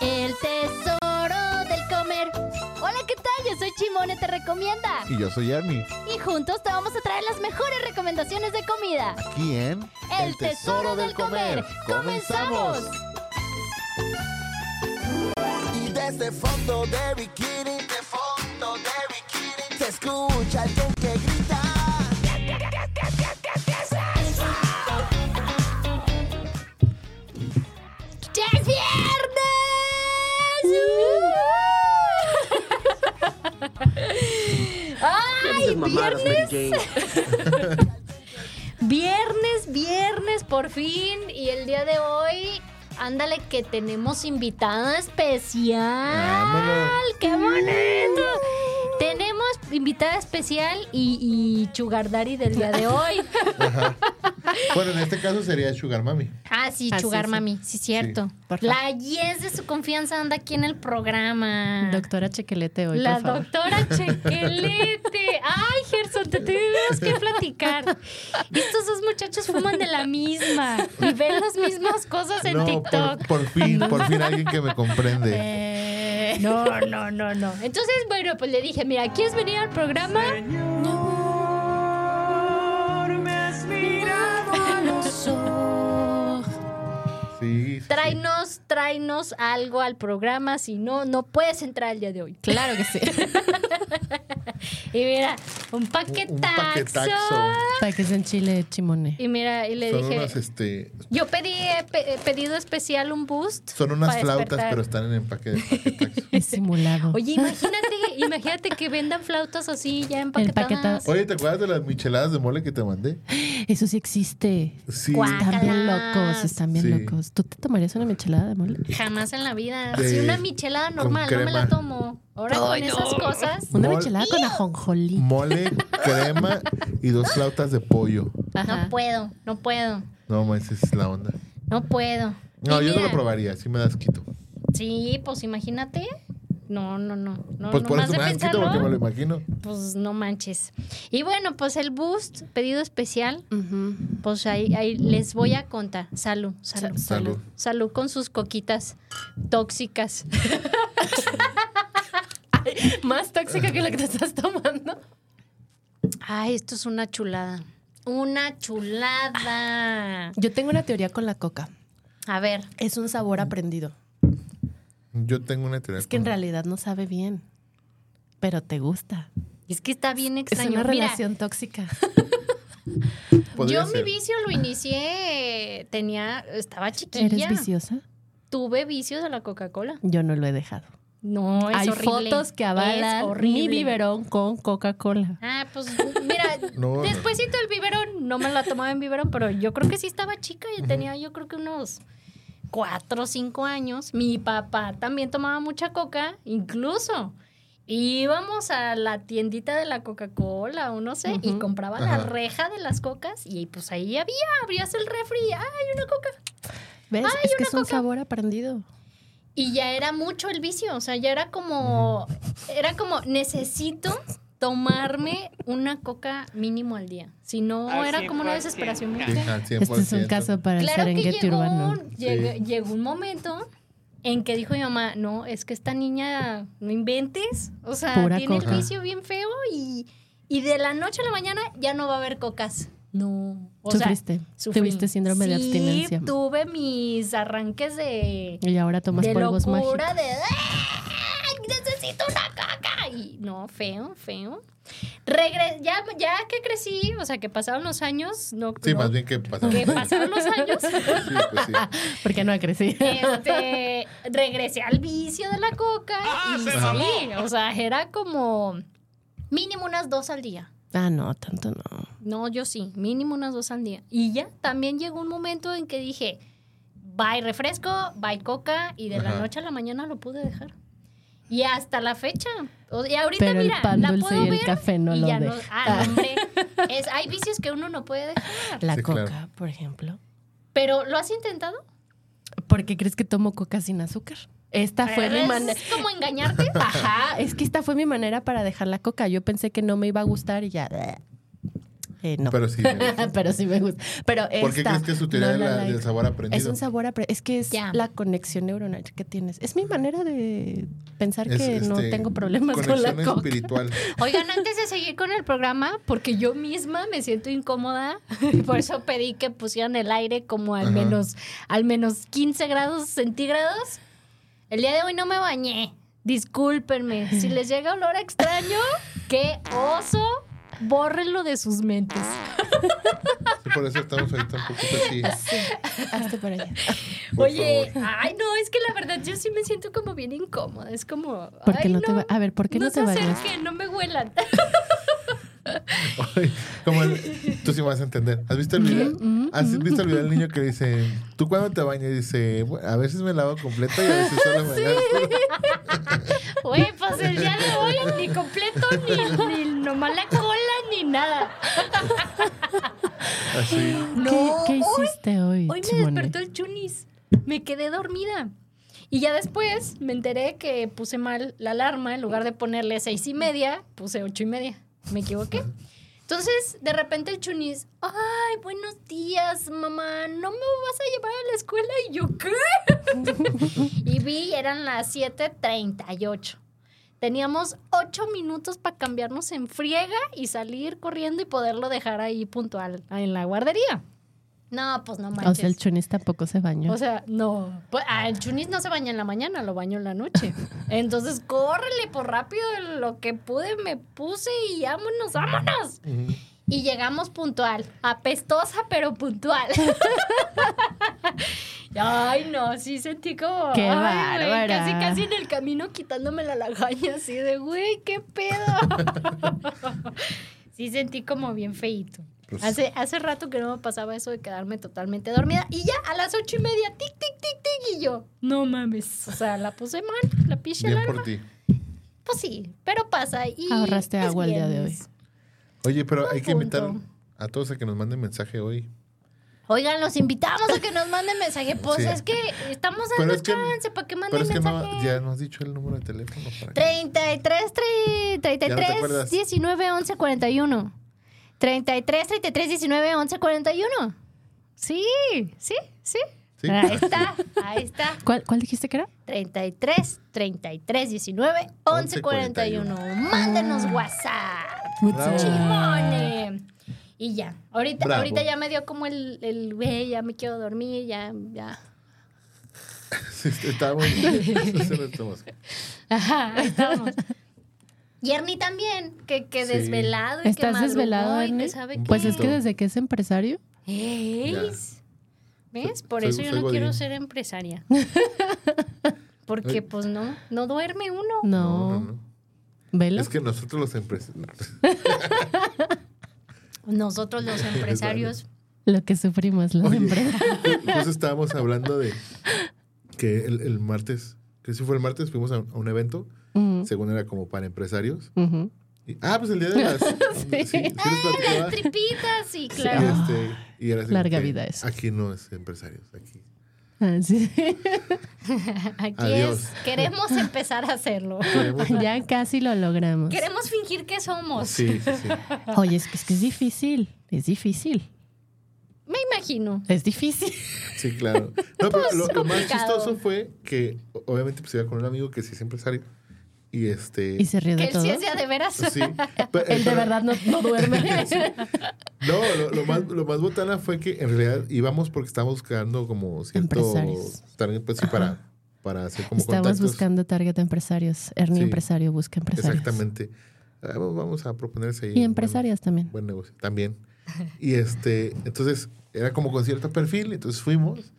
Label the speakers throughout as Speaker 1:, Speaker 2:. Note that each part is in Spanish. Speaker 1: el tesoro del comer. Hola, ¿qué tal? Yo soy Chimone, te recomienda.
Speaker 2: Y yo soy Ernie.
Speaker 1: Y juntos te vamos a traer las mejores recomendaciones de comida.
Speaker 2: Aquí en
Speaker 1: El, tesoro, del comer. ¡Comenzamos!
Speaker 3: Y desde fondo de bikini, de fondo de bikini, se escucha alguien que grita.
Speaker 1: ¡Ya es viernes! ¡Ay, viernes! Viernes, viernes, por fin. Y el día de hoy, ándale que tenemos invitada especial.
Speaker 2: Vámonos.
Speaker 1: ¡Qué bonito! Tenemos invitada especial y, y Sugar Daddy del día de hoy.
Speaker 2: Bueno, en este caso sería Sugar Mami.
Speaker 1: Ah, sí,
Speaker 4: Ah, sí,
Speaker 1: Sugar
Speaker 4: sí.
Speaker 1: Mami, sí, cierto.
Speaker 4: Por favor.
Speaker 1: La Yes de su confianza anda aquí en el programa.
Speaker 4: Doctora Chequelete hoy,
Speaker 1: La
Speaker 4: por favor.
Speaker 1: doctora Chequelete. Ay, Gerson, te tenemos que platicar. Estos dos muchachos fuman de la misma y ven las mismas cosas en
Speaker 2: No,
Speaker 1: TikTok.
Speaker 2: por, por fin, por fin alguien que me comprende.
Speaker 1: Eh, No, no, no, no. Entonces, bueno, pues le dije, mira, ¿quieres venir al programa?
Speaker 2: Sí. sí, sí.
Speaker 1: Tráenos, tráenos algo al programa, si no, no puedes entrar el día de hoy.
Speaker 4: Claro que sí.
Speaker 1: Y mira, un
Speaker 2: Un-
Speaker 1: paquetaxo.
Speaker 2: Un paquetaxo.
Speaker 4: Para que en chile chimone.
Speaker 1: Y mira, y le
Speaker 2: Son
Speaker 1: dije,
Speaker 2: unas, este,
Speaker 1: yo pedí eh, pe- eh, pedido especial un boost.
Speaker 2: son unas
Speaker 1: para
Speaker 2: flautas,
Speaker 1: despertar.
Speaker 2: pero están en empaque de paquetaxo.
Speaker 4: Es simulado.
Speaker 1: Oye, imagínate, imagínate que vendan flautas así ya empaquetadas.
Speaker 4: Empaquetadas.
Speaker 2: Oye, ¿te acuerdas de las micheladas de mole que te mandé?
Speaker 4: Eso sí existe.
Speaker 2: Sí.
Speaker 1: Guau.
Speaker 4: Están bien
Speaker 1: Guácalas.
Speaker 4: locos, están bien
Speaker 2: Sí.
Speaker 4: locos. ¿Tú te tomarías una michelada de mole?
Speaker 1: Jamás en la vida.
Speaker 2: De-
Speaker 1: Si una michelada
Speaker 2: con
Speaker 1: normal, no me la
Speaker 2: crema.
Speaker 1: tomo. Ahora con esas cosas.
Speaker 4: Una
Speaker 2: Mol-
Speaker 4: michelada con ajonjolí.
Speaker 2: Mole, crema y dos flautas de pollo.
Speaker 4: Ajá.
Speaker 1: No puedo, no puedo,
Speaker 2: No, más es la onda.
Speaker 1: no puedo.
Speaker 2: No,
Speaker 1: Y
Speaker 2: yo no
Speaker 1: mira,
Speaker 2: lo probaría, sí me das quito.
Speaker 1: Sí, pues imagínate. No, no, no. no
Speaker 2: pues
Speaker 1: no
Speaker 2: por
Speaker 1: más
Speaker 2: eso me
Speaker 1: de
Speaker 2: das quito porque me lo
Speaker 1: pensarlo,
Speaker 2: imagino.
Speaker 1: pues no manches. Y bueno, pues el boost, pedido especial,
Speaker 4: Ujú.
Speaker 1: pues ahí, ahí les voy a contar. Salud, salud.
Speaker 4: Sa-
Speaker 2: Salud.
Speaker 1: Salud con sus coquitas tóxicas.
Speaker 4: Más tóxica que la que te estás tomando.
Speaker 1: Ay, esto es una chulada. Una chulada.
Speaker 4: Yo tengo una teoría con la coca.
Speaker 1: A ver,
Speaker 4: Es un
Speaker 2: Mm.
Speaker 4: sabor aprendido.
Speaker 2: Yo tengo una teoría.
Speaker 4: Es que en
Speaker 2: con-
Speaker 4: realidad no sabe bien, pero te gusta.
Speaker 1: es que está bien extraño.
Speaker 4: Es una
Speaker 1: Mira,
Speaker 4: relación tóxica.
Speaker 2: podría
Speaker 1: yo mi
Speaker 2: ser.
Speaker 1: vicio lo inicié, eh, tenía, estaba chiquilla.
Speaker 4: ¿Eres viciosa?
Speaker 1: Tuve vicio de la Coca-Cola.
Speaker 4: Yo no lo he dejado.
Speaker 1: No, es
Speaker 4: Hay
Speaker 1: horrible.
Speaker 4: fotos que
Speaker 1: Es
Speaker 4: avalan mi
Speaker 1: horrible.
Speaker 4: biberón con Coca-Cola.
Speaker 1: Ah, pues mira,
Speaker 2: No, no.
Speaker 1: despuésito el biberón, no me la tomaba en biberón, pero yo creo que sí estaba chica, yo tenía yo creo que unos cuatro o cinco años. Mi papá también tomaba mucha coca, incluso íbamos a la tiendita de la Coca-Cola o no sé, y
Speaker 4: Ujú.
Speaker 1: compraba la
Speaker 2: Ajá.
Speaker 1: reja de las cocas y pues ahí había, abrías el refri, y, ay, una coca.
Speaker 4: ¿Ves? es que
Speaker 1: una
Speaker 4: es un
Speaker 1: Coca.
Speaker 4: sabor aprendido.
Speaker 1: Y ya era mucho el vicio, o sea, ya era como, era como, necesito tomarme una coca mínimo al día. Si no, era como una desesperación muy
Speaker 2: Sí,
Speaker 1: fea.
Speaker 2: al 100%.
Speaker 4: Este es un caso para
Speaker 1: Claro
Speaker 4: el
Speaker 1: que
Speaker 4: Serengeti
Speaker 1: llegó,
Speaker 4: urbano.
Speaker 1: un- llegue- llegó un momento en que dijo mi mamá, no, es que esta niña, no inventes, o sea,
Speaker 4: Pura
Speaker 1: tiene
Speaker 4: coca.
Speaker 1: el vicio bien feo y, y de la noche a la mañana ya no va a haber cocas. No, o sea,
Speaker 4: Sufriste.
Speaker 1: sufrí.
Speaker 4: Tuviste síndrome de
Speaker 1: Sí,
Speaker 4: abstinencia.
Speaker 1: tuve mis arranques de
Speaker 4: Y ahora tomas
Speaker 1: de
Speaker 4: polvos mágicos.
Speaker 1: locura, de ¡Ay, necesito una caca! Y no, feo, feo. Regre- ya, ya que crecí, o sea, que pasaron los años, no,
Speaker 2: Sí,
Speaker 1: no-
Speaker 2: más bien que pasa.
Speaker 1: que pasaron los años,
Speaker 2: Sí, pues sí.
Speaker 4: Porque no ha crecido.
Speaker 1: este, regresé al vicio de la coca
Speaker 2: Ah,
Speaker 1: y sí, o sea, era como mínimo unas dos al día.
Speaker 4: Ah, no, tanto no.
Speaker 1: No, yo sí, mínimo unas dos al día. Y ya, también llegó un momento en que dije, bye refresco, bye coca, y de
Speaker 2: Ajá.
Speaker 1: la noche a la mañana lo pude dejar. Y hasta la fecha. O- Y ahorita,
Speaker 4: Pero
Speaker 1: mira,
Speaker 4: el pan
Speaker 1: la
Speaker 4: dulce
Speaker 1: puedo
Speaker 4: y el
Speaker 1: ver
Speaker 4: café no
Speaker 1: y
Speaker 4: lo
Speaker 1: ya no-
Speaker 4: deja.
Speaker 1: ah, no, hombre, es- hay vicios que uno no puede dejar.
Speaker 4: La
Speaker 2: Sí,
Speaker 4: coca,
Speaker 2: claro.
Speaker 4: por ejemplo.
Speaker 1: Pero, ¿lo has intentado?
Speaker 4: ¿Por qué crees que tomo coca sin azúcar? Esta fue mi Ah,
Speaker 1: ¿Es
Speaker 4: manera.
Speaker 1: como engañarte?
Speaker 4: Ajá, es que esta fue mi manera para dejar la coca. Yo pensé que no me iba a gustar y ya. Eh, no.
Speaker 2: Pero sí. me gusta.
Speaker 4: Pero sí me gusta. Pero
Speaker 2: ¿Por qué
Speaker 4: esta,
Speaker 2: crees que es su teoría
Speaker 4: No
Speaker 2: de
Speaker 4: La
Speaker 2: la-
Speaker 4: Like.
Speaker 2: del sabor
Speaker 4: Es
Speaker 2: aprendido?
Speaker 4: un sabor a pre- Es que es
Speaker 1: Ya.
Speaker 4: la conexión neuronal que tienes. Es mi manera de pensar
Speaker 2: Es,
Speaker 4: que no
Speaker 2: este,
Speaker 4: tengo problemas con la
Speaker 2: conexión
Speaker 4: coca.
Speaker 2: espiritual.
Speaker 1: Oigan, antes de seguir con el programa, porque yo misma me siento incómoda, por eso pedí que pusieran el aire como al
Speaker 2: Ajá.
Speaker 1: menos al menos 15 grados centígrados. El día de hoy no me bañé. Discúlpenme, si les llega olor a extraño, qué oso, bórrenlo de sus mentes.
Speaker 2: Sí, por eso estamos ahorita un poquito así.
Speaker 4: Sí, hazte para allá.
Speaker 2: Por
Speaker 1: Oye, ay no, es que la verdad yo sí me siento como bien incómoda, es como
Speaker 4: ¿Por qué
Speaker 1: ay,
Speaker 4: no te va- A ver, ¿por qué no,
Speaker 1: no
Speaker 4: te
Speaker 1: se
Speaker 4: bañas?
Speaker 1: acerquen, no me huelan.
Speaker 2: Oye, como el- tú sí me vas a entender. ¿Has visto el video? ¿Has visto el video del niño que dice, ¿tú cuándo te bañas? Y Dice, "Bueno, a veces me lavo completa y a veces solo me lavo.
Speaker 1: Güey, pues el día de hoy ni completo, ni, ni nomás la cola, ni nada.
Speaker 2: Así.
Speaker 1: No,
Speaker 4: ¿Qué, qué hiciste hoy?
Speaker 1: hoy, hoy me
Speaker 4: Simone?
Speaker 1: despertó el chunis. Me quedé dormida. Y ya después me enteré que puse mal la alarma. En lugar de ponerle seis y media, puse ocho y media. Me equivoqué. Entonces, de repente el chunis, "Ah, ay, buenos días, mamá, ¿no me vas a llevar a la escuela? Y yo, ¿qué? y vi, eran las 7.38. Teníamos ocho minutos para cambiarnos en friega y salir corriendo y poderlo dejar ahí puntual en la guardería. No, pues no manches.
Speaker 4: O sea, el chunis tampoco se bañó.
Speaker 1: O sea, no. Pues, ah, el chunis no se baña en la mañana, lo baño en la noche. Entonces, córrele por rápido lo que pude, me puse y vámonos, vámonos.
Speaker 2: Ujú.
Speaker 1: Y llegamos puntual. Apestosa, pero puntual. Ay, no, sí sentí como.
Speaker 4: Qué
Speaker 1: ay, güey,
Speaker 4: bárbara.
Speaker 1: Casi, casi en el camino quitándome la lagaña, así de, güey, qué pedo. sí sentí como bien feíto.
Speaker 2: Pues-
Speaker 1: Hace, hace rato que no me pasaba eso de quedarme totalmente dormida. Y ya a las ocho y media, tic, tic, tic, tic. Y yo, no mames. O sea, la puse mal, la piche
Speaker 2: Bien
Speaker 1: alarma.
Speaker 2: por ti.
Speaker 1: Pues sí, pero pasa. Y pues
Speaker 4: Ahorraste
Speaker 1: es
Speaker 4: agua el día de
Speaker 1: viernes.
Speaker 4: hoy.
Speaker 2: Oye, pero hay que invitar
Speaker 1: punto.
Speaker 2: a todos a que nos manden mensaje hoy.
Speaker 1: Oigan, los invitamos a que nos manden mensaje. Pues
Speaker 2: Sí.
Speaker 1: es que estamos
Speaker 2: Pero
Speaker 1: dando
Speaker 2: es que-
Speaker 1: chance para que manden
Speaker 2: Pero es que
Speaker 1: mensaje.
Speaker 2: no, ya no has dicho el número de teléfono. para que-
Speaker 1: 33 tre-
Speaker 2: Ya no te
Speaker 1: 33
Speaker 2: acuerdas.
Speaker 1: 19 11 41. 33 33 19 11 41. Sí, sí, sí.
Speaker 2: ¿Sí?
Speaker 1: Ahí está, ahí está.
Speaker 4: ¿Cuál, cuál dijiste que era?
Speaker 1: 33 33 19 11 41.
Speaker 2: Ah.
Speaker 1: Mándenos WhatsApp.
Speaker 2: Bravo.
Speaker 1: Chimone. Y ya. Ahorita,
Speaker 2: Bravo.
Speaker 1: ahorita ya me dio como el, el güey, ya me quiero dormir, ya, ya.
Speaker 2: Sí, está muy bien. Sí, se lo tomamos.
Speaker 1: Ajá, ahí estamos. Y Ernie también, que, que
Speaker 2: Sí.
Speaker 1: desvelado y que
Speaker 4: ¿Estás
Speaker 1: madrugó
Speaker 4: desvelado,
Speaker 1: y que
Speaker 4: Ernie?
Speaker 1: sabe qué.
Speaker 4: Pues es que
Speaker 2: Todo.
Speaker 4: desde que es empresario,
Speaker 1: Ey,
Speaker 2: Ya.
Speaker 1: ¿Ves? Por
Speaker 2: Soy-
Speaker 1: eso yo
Speaker 2: soy
Speaker 1: no
Speaker 2: godín.
Speaker 1: quiero ser empresaria. Porque
Speaker 2: Ay.
Speaker 1: pues no, no duerme uno.
Speaker 4: no.
Speaker 2: No, no, no.
Speaker 4: Velo.
Speaker 2: Es que nosotros los empresarios.
Speaker 1: Nosotros los empresarios.
Speaker 4: Lo que sufrimos los
Speaker 2: Oye,
Speaker 4: empresarios.
Speaker 2: Entonces estábamos hablando de que el, el martes, que si fue el martes, fuimos a un, a un evento,
Speaker 4: Mm,
Speaker 2: según era como para empresarios.
Speaker 4: ujú.
Speaker 2: Y- ah, pues el día de las. sí. sí les platicaba.
Speaker 1: pues, Tripitas, sí,
Speaker 2: Sí,
Speaker 1: claro.
Speaker 2: este, y era así
Speaker 4: Larga
Speaker 2: que
Speaker 4: vida eso.
Speaker 2: Aquí no es empresarios, aquí.
Speaker 4: Ah, sí.
Speaker 1: Aquí
Speaker 2: Adiós.
Speaker 1: es. Queremos empezar a hacerlo.
Speaker 2: Queremos-
Speaker 4: ya casi lo logramos.
Speaker 1: Queremos fingir que somos.
Speaker 2: Sí, sí, sí.
Speaker 4: Oye, es que, es que es difícil. Es difícil.
Speaker 1: Me imagino.
Speaker 4: Es difícil.
Speaker 2: Sí, claro. No, pero lo, lo más
Speaker 1: complicado.
Speaker 2: chistoso fue que, o- obviamente, pues iba con un amigo que sí es empresario. Y este. pues,
Speaker 4: Y se ríe
Speaker 1: Que
Speaker 4: de
Speaker 1: él
Speaker 4: todo.
Speaker 1: sí es de a de veras.
Speaker 2: Sí. pero-
Speaker 4: Él de
Speaker 2: pero-
Speaker 4: verdad no, no duerme.
Speaker 2: No, lo, lo más, lo más botana fue que en realidad íbamos porque estábamos buscando como cierto.
Speaker 4: Empresarios.
Speaker 2: También, pues sí, para, para hacer como
Speaker 4: Estamos
Speaker 2: contactos.
Speaker 4: buscando target empresarios. Ernie
Speaker 2: Sí.
Speaker 4: empresario busca empresarios.
Speaker 2: Exactamente. Ah, Vamos, vamos a proponerse ahí.
Speaker 4: Y
Speaker 2: un
Speaker 4: empresarias
Speaker 2: Buen,
Speaker 4: también.
Speaker 2: buen negocio también. Y este, entonces era como con cierto perfil, entonces fuimos.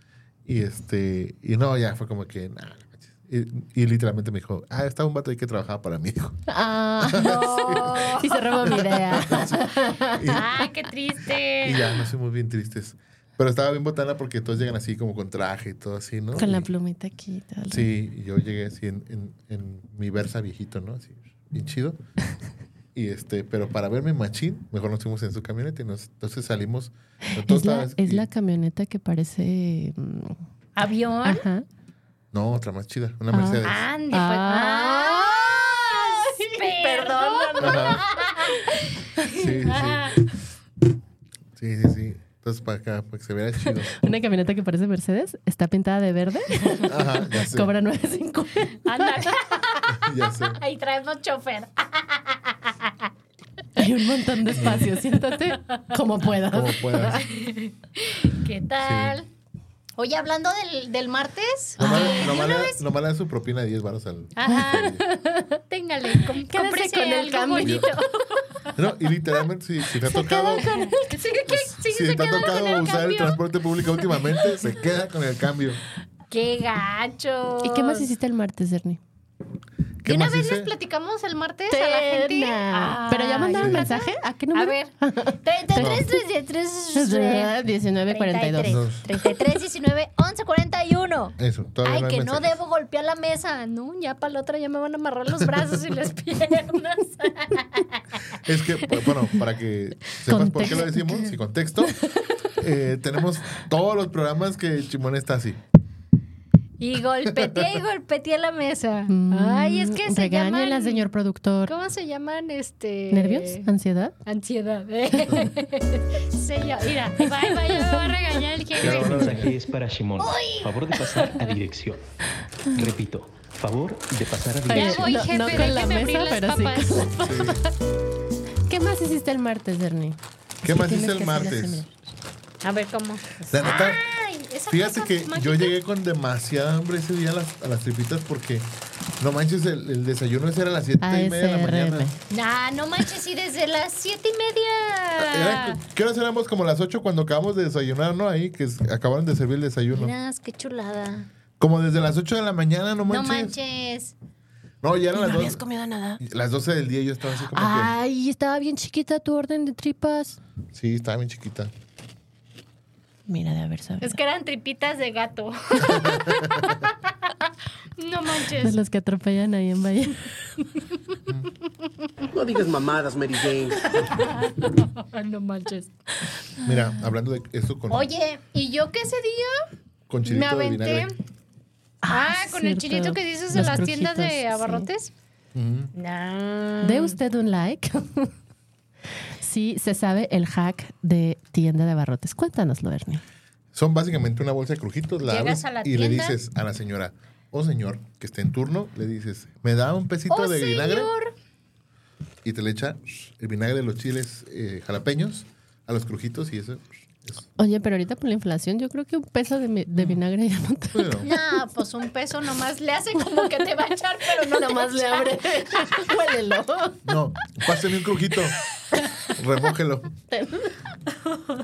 Speaker 2: Y este, y no, ya fue como que, nah, no manches. y, y literalmente me dijo, ah, estaba un vato ahí que trabajaba para mí. dijo.
Speaker 4: Ah,
Speaker 1: No.
Speaker 4: y se robó mi idea.
Speaker 2: Y,
Speaker 1: Ah, qué triste.
Speaker 2: y ya nos fuimos bien tristes. Pero estaba bien botana porque todos llegan así como con traje y todo así, ¿no?
Speaker 4: Con la
Speaker 2: Y-
Speaker 4: plumita aquí. y tal.
Speaker 2: Sí, y yo llegué así en, en- en mi versa viejito, ¿no? Así, bien chido. Y este, pero para verme machín, mejor nos fuimos en su camioneta y nos- entonces salimos.
Speaker 4: Es
Speaker 2: Entonces,
Speaker 4: la,
Speaker 2: estabas-
Speaker 4: es
Speaker 2: y-
Speaker 4: la camioneta que parece. mm,
Speaker 1: Avión.
Speaker 4: Ajá.
Speaker 2: No, otra más chida, una
Speaker 4: Ah.
Speaker 2: Mercedes.
Speaker 1: Andy, pues.
Speaker 4: Ah.
Speaker 1: Ah, perdón.
Speaker 2: Ajá. Sí, sí.
Speaker 1: Ah,
Speaker 2: Sí, sí, sí. Entonces, para acá, para que se vea chido.
Speaker 4: Una camioneta que parece Mercedes, está pintada de verde,
Speaker 2: Ajá, ya sé.
Speaker 4: cobra 9.50.
Speaker 1: Anda,
Speaker 2: Ya sé.
Speaker 1: ahí traemos chofer.
Speaker 4: Hay un montón de espacio, siéntate como puedas.
Speaker 2: Como puedas.
Speaker 1: ¿Qué tal? Oye, hablando del, del martes.
Speaker 2: Nomás,
Speaker 1: eh,
Speaker 2: nomás
Speaker 1: de
Speaker 2: le-
Speaker 1: una vez-
Speaker 2: nomás le dan su propina de 10 baros al.
Speaker 1: Ajá, Ah, téngale, com-
Speaker 4: Quédese
Speaker 1: cómprese
Speaker 4: con el
Speaker 1: algo
Speaker 4: cambio.
Speaker 1: bonito.
Speaker 2: No, y literalmente, si, si te ha tocado.
Speaker 1: Sí, que- sí,
Speaker 2: si
Speaker 1: se
Speaker 2: te ha
Speaker 1: quedan con
Speaker 2: Pues, tocado
Speaker 1: el
Speaker 2: usar el
Speaker 1: cambio.
Speaker 2: transporte público últimamente, se queda con el cambio.
Speaker 1: ¡Qué gacho!
Speaker 4: ¿Y qué más hiciste el martes, Ernie?
Speaker 2: ¿Qué
Speaker 1: ¿De una
Speaker 2: más
Speaker 1: vez
Speaker 2: hice?
Speaker 1: les platicamos el martes a la gente?
Speaker 4: Terna. Pero ya mandaron
Speaker 1: Ay,
Speaker 4: mensaje. ¿A qué
Speaker 1: A
Speaker 4: número?
Speaker 1: ver. 33, 33,
Speaker 4: 1942.
Speaker 1: 33, 33, 19, 11, 41.
Speaker 2: Eso, todavía
Speaker 1: Ay,
Speaker 2: no hay
Speaker 1: que no
Speaker 2: mensajes.
Speaker 1: debo golpear la mesa. No, ya para la otra ya me van a amarrar los brazos y las piernas.
Speaker 2: Es que, pues, bueno, para que sepas por qué lo decimos, y contexto, eh, tenemos todos los programas que Chimón está así.
Speaker 1: Y golpeteé y golpeteé la mesa.
Speaker 4: Mm,
Speaker 1: Ay, es que se
Speaker 4: regáñela,
Speaker 1: llaman...
Speaker 4: señor productor.
Speaker 1: ¿Cómo se llaman este?
Speaker 4: ¿Nervios? ¿Ansiedad?
Speaker 1: Ansiedad. ¿eh? se llama... Mira, bye, bye, ya me va a regañar el
Speaker 2: Qué
Speaker 1: jefe.
Speaker 2: horror.
Speaker 5: Este mensaje es para Shimon. Favor de pasar a dirección. Repito, favor de pasar a
Speaker 1: Ya
Speaker 5: dirección.
Speaker 1: voy,
Speaker 4: No-
Speaker 1: jefe,
Speaker 4: no con la
Speaker 1: déjeme abrir
Speaker 4: mesa,
Speaker 1: las
Speaker 4: pero sí
Speaker 1: papas.
Speaker 4: con la-
Speaker 2: Sí.
Speaker 4: ¿Qué más hiciste el martes, Ernie?
Speaker 2: ¿Qué
Speaker 4: Sí,
Speaker 2: más
Speaker 4: tienes
Speaker 2: hice el
Speaker 4: que hacer la
Speaker 2: martes?
Speaker 4: similar.
Speaker 1: A ver cómo.
Speaker 2: La neta,
Speaker 1: Ay, esa
Speaker 2: Fíjate
Speaker 1: cosa
Speaker 2: que
Speaker 1: mágica.
Speaker 2: yo llegué con demasiada hambre ese día a las, a las tripitas porque no manches, el, el desayuno ese era a las 7
Speaker 4: Ah,
Speaker 2: y media de la mañana.
Speaker 4: ASRM.
Speaker 1: Nah, no manches, y desde las siete y
Speaker 2: Era,
Speaker 1: media.
Speaker 2: ¿Qué horas éramos? Como las 8 cuando acabamos de desayunar, ¿no? Ahí que s- acabaron de servir el desayuno.
Speaker 1: Miras, qué chulada.
Speaker 2: Como desde las 8 de la mañana,
Speaker 1: No
Speaker 2: no manches. No,
Speaker 1: manches.
Speaker 2: ya eran
Speaker 4: ¿No
Speaker 2: las,
Speaker 4: habías
Speaker 2: dos-
Speaker 4: comido nada?
Speaker 2: las 12 del día y yo estaba así como
Speaker 1: Ah.
Speaker 4: Ay, estaba bien chiquita tu orden de tripas.
Speaker 2: que. Sí, estaba bien chiquita.
Speaker 4: Mira, de haber sabido.
Speaker 1: Es que eran tripitas de gato. no
Speaker 4: De
Speaker 1: manches.
Speaker 4: los que atropellan ahí en Valle.
Speaker 6: No digas mamadas, Mary Jane.
Speaker 1: no manches.
Speaker 2: Mira, hablando de esto con,
Speaker 1: Oye, ¿y yo qué ese día
Speaker 2: con
Speaker 1: me
Speaker 2: chilito de
Speaker 1: aventé?
Speaker 2: vinagre.
Speaker 1: Ah,
Speaker 4: Ah,
Speaker 1: con el
Speaker 4: cierto.
Speaker 1: chilito que dices en
Speaker 4: Las
Speaker 1: las tiendas
Speaker 4: crujitas,
Speaker 1: de
Speaker 4: sí.
Speaker 1: abarrotes.
Speaker 2: Ujú.
Speaker 1: Nah.
Speaker 4: ¿De usted un like? sí, se sabe el hack de tienda de abarrotes. Cuéntanoslo, Ernie.
Speaker 2: Son básicamente una bolsa de crujitos, la
Speaker 1: Llegas
Speaker 2: abres
Speaker 1: a la
Speaker 2: y le
Speaker 1: tienda.
Speaker 2: dices a la señora o señor que esté en turno, le dices, me da un pesito
Speaker 1: Oh,
Speaker 2: de vinagre
Speaker 1: señor.
Speaker 2: y te le echa shh, el vinagre de los chiles eh, jalapeños a los crujitos y eso. shh, eso.
Speaker 4: Oye, pero ahorita por la inflación, yo creo que un peso de, mi-
Speaker 1: Mm.
Speaker 4: de vinagre ya no te.
Speaker 2: Bueno,
Speaker 1: No, pues un peso nomás le hace como que te va a echar, pero no nomás le abre.
Speaker 4: Huélelo.
Speaker 2: no, pásame un crujito, remójelo. Ah,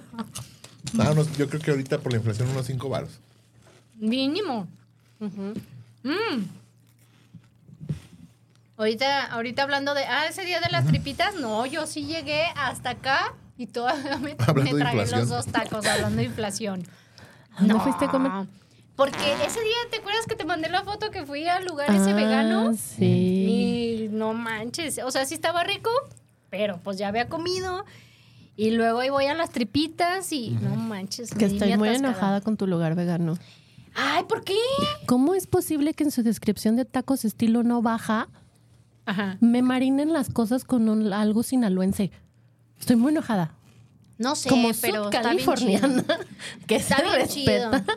Speaker 2: No, no, yo creo que ahorita por la inflación unos 5 baros.
Speaker 1: Mínimo. Mm. Ahorita, ahorita hablando de, ah, ese día de las tripitas, no, yo sí llegué hasta acá y todavía me, me
Speaker 2: Hablando de
Speaker 1: tragué
Speaker 2: inflación.
Speaker 1: los dos tacos hablando de inflación.
Speaker 4: ¿Dónde fuiste a comer?
Speaker 1: Porque ese día, ¿te acuerdas que te mandé la foto que fui al lugar ese vegano?
Speaker 4: Ah, Sí.
Speaker 1: Y no manches, o sea, sí estaba rico, pero pues ya había comido. Y luego ahí voy a las tripitas y no manches.
Speaker 4: Que
Speaker 1: me di
Speaker 4: estoy
Speaker 1: mi
Speaker 4: muy
Speaker 1: atascada.
Speaker 4: enojada con tu lugar vegano.
Speaker 1: Ay, ¿por qué?
Speaker 4: ¿Cómo es posible que en su descripción de tacos estilo no baja
Speaker 1: Ajá.
Speaker 4: me marinen las cosas con un- algo sinaloense? Estoy muy enojada.
Speaker 1: No sé,
Speaker 4: Como
Speaker 1: pero está bien
Speaker 4: sudcaliforniana,
Speaker 1: chido.
Speaker 4: que
Speaker 1: Está
Speaker 4: se
Speaker 1: bien
Speaker 4: respeta.
Speaker 1: chido.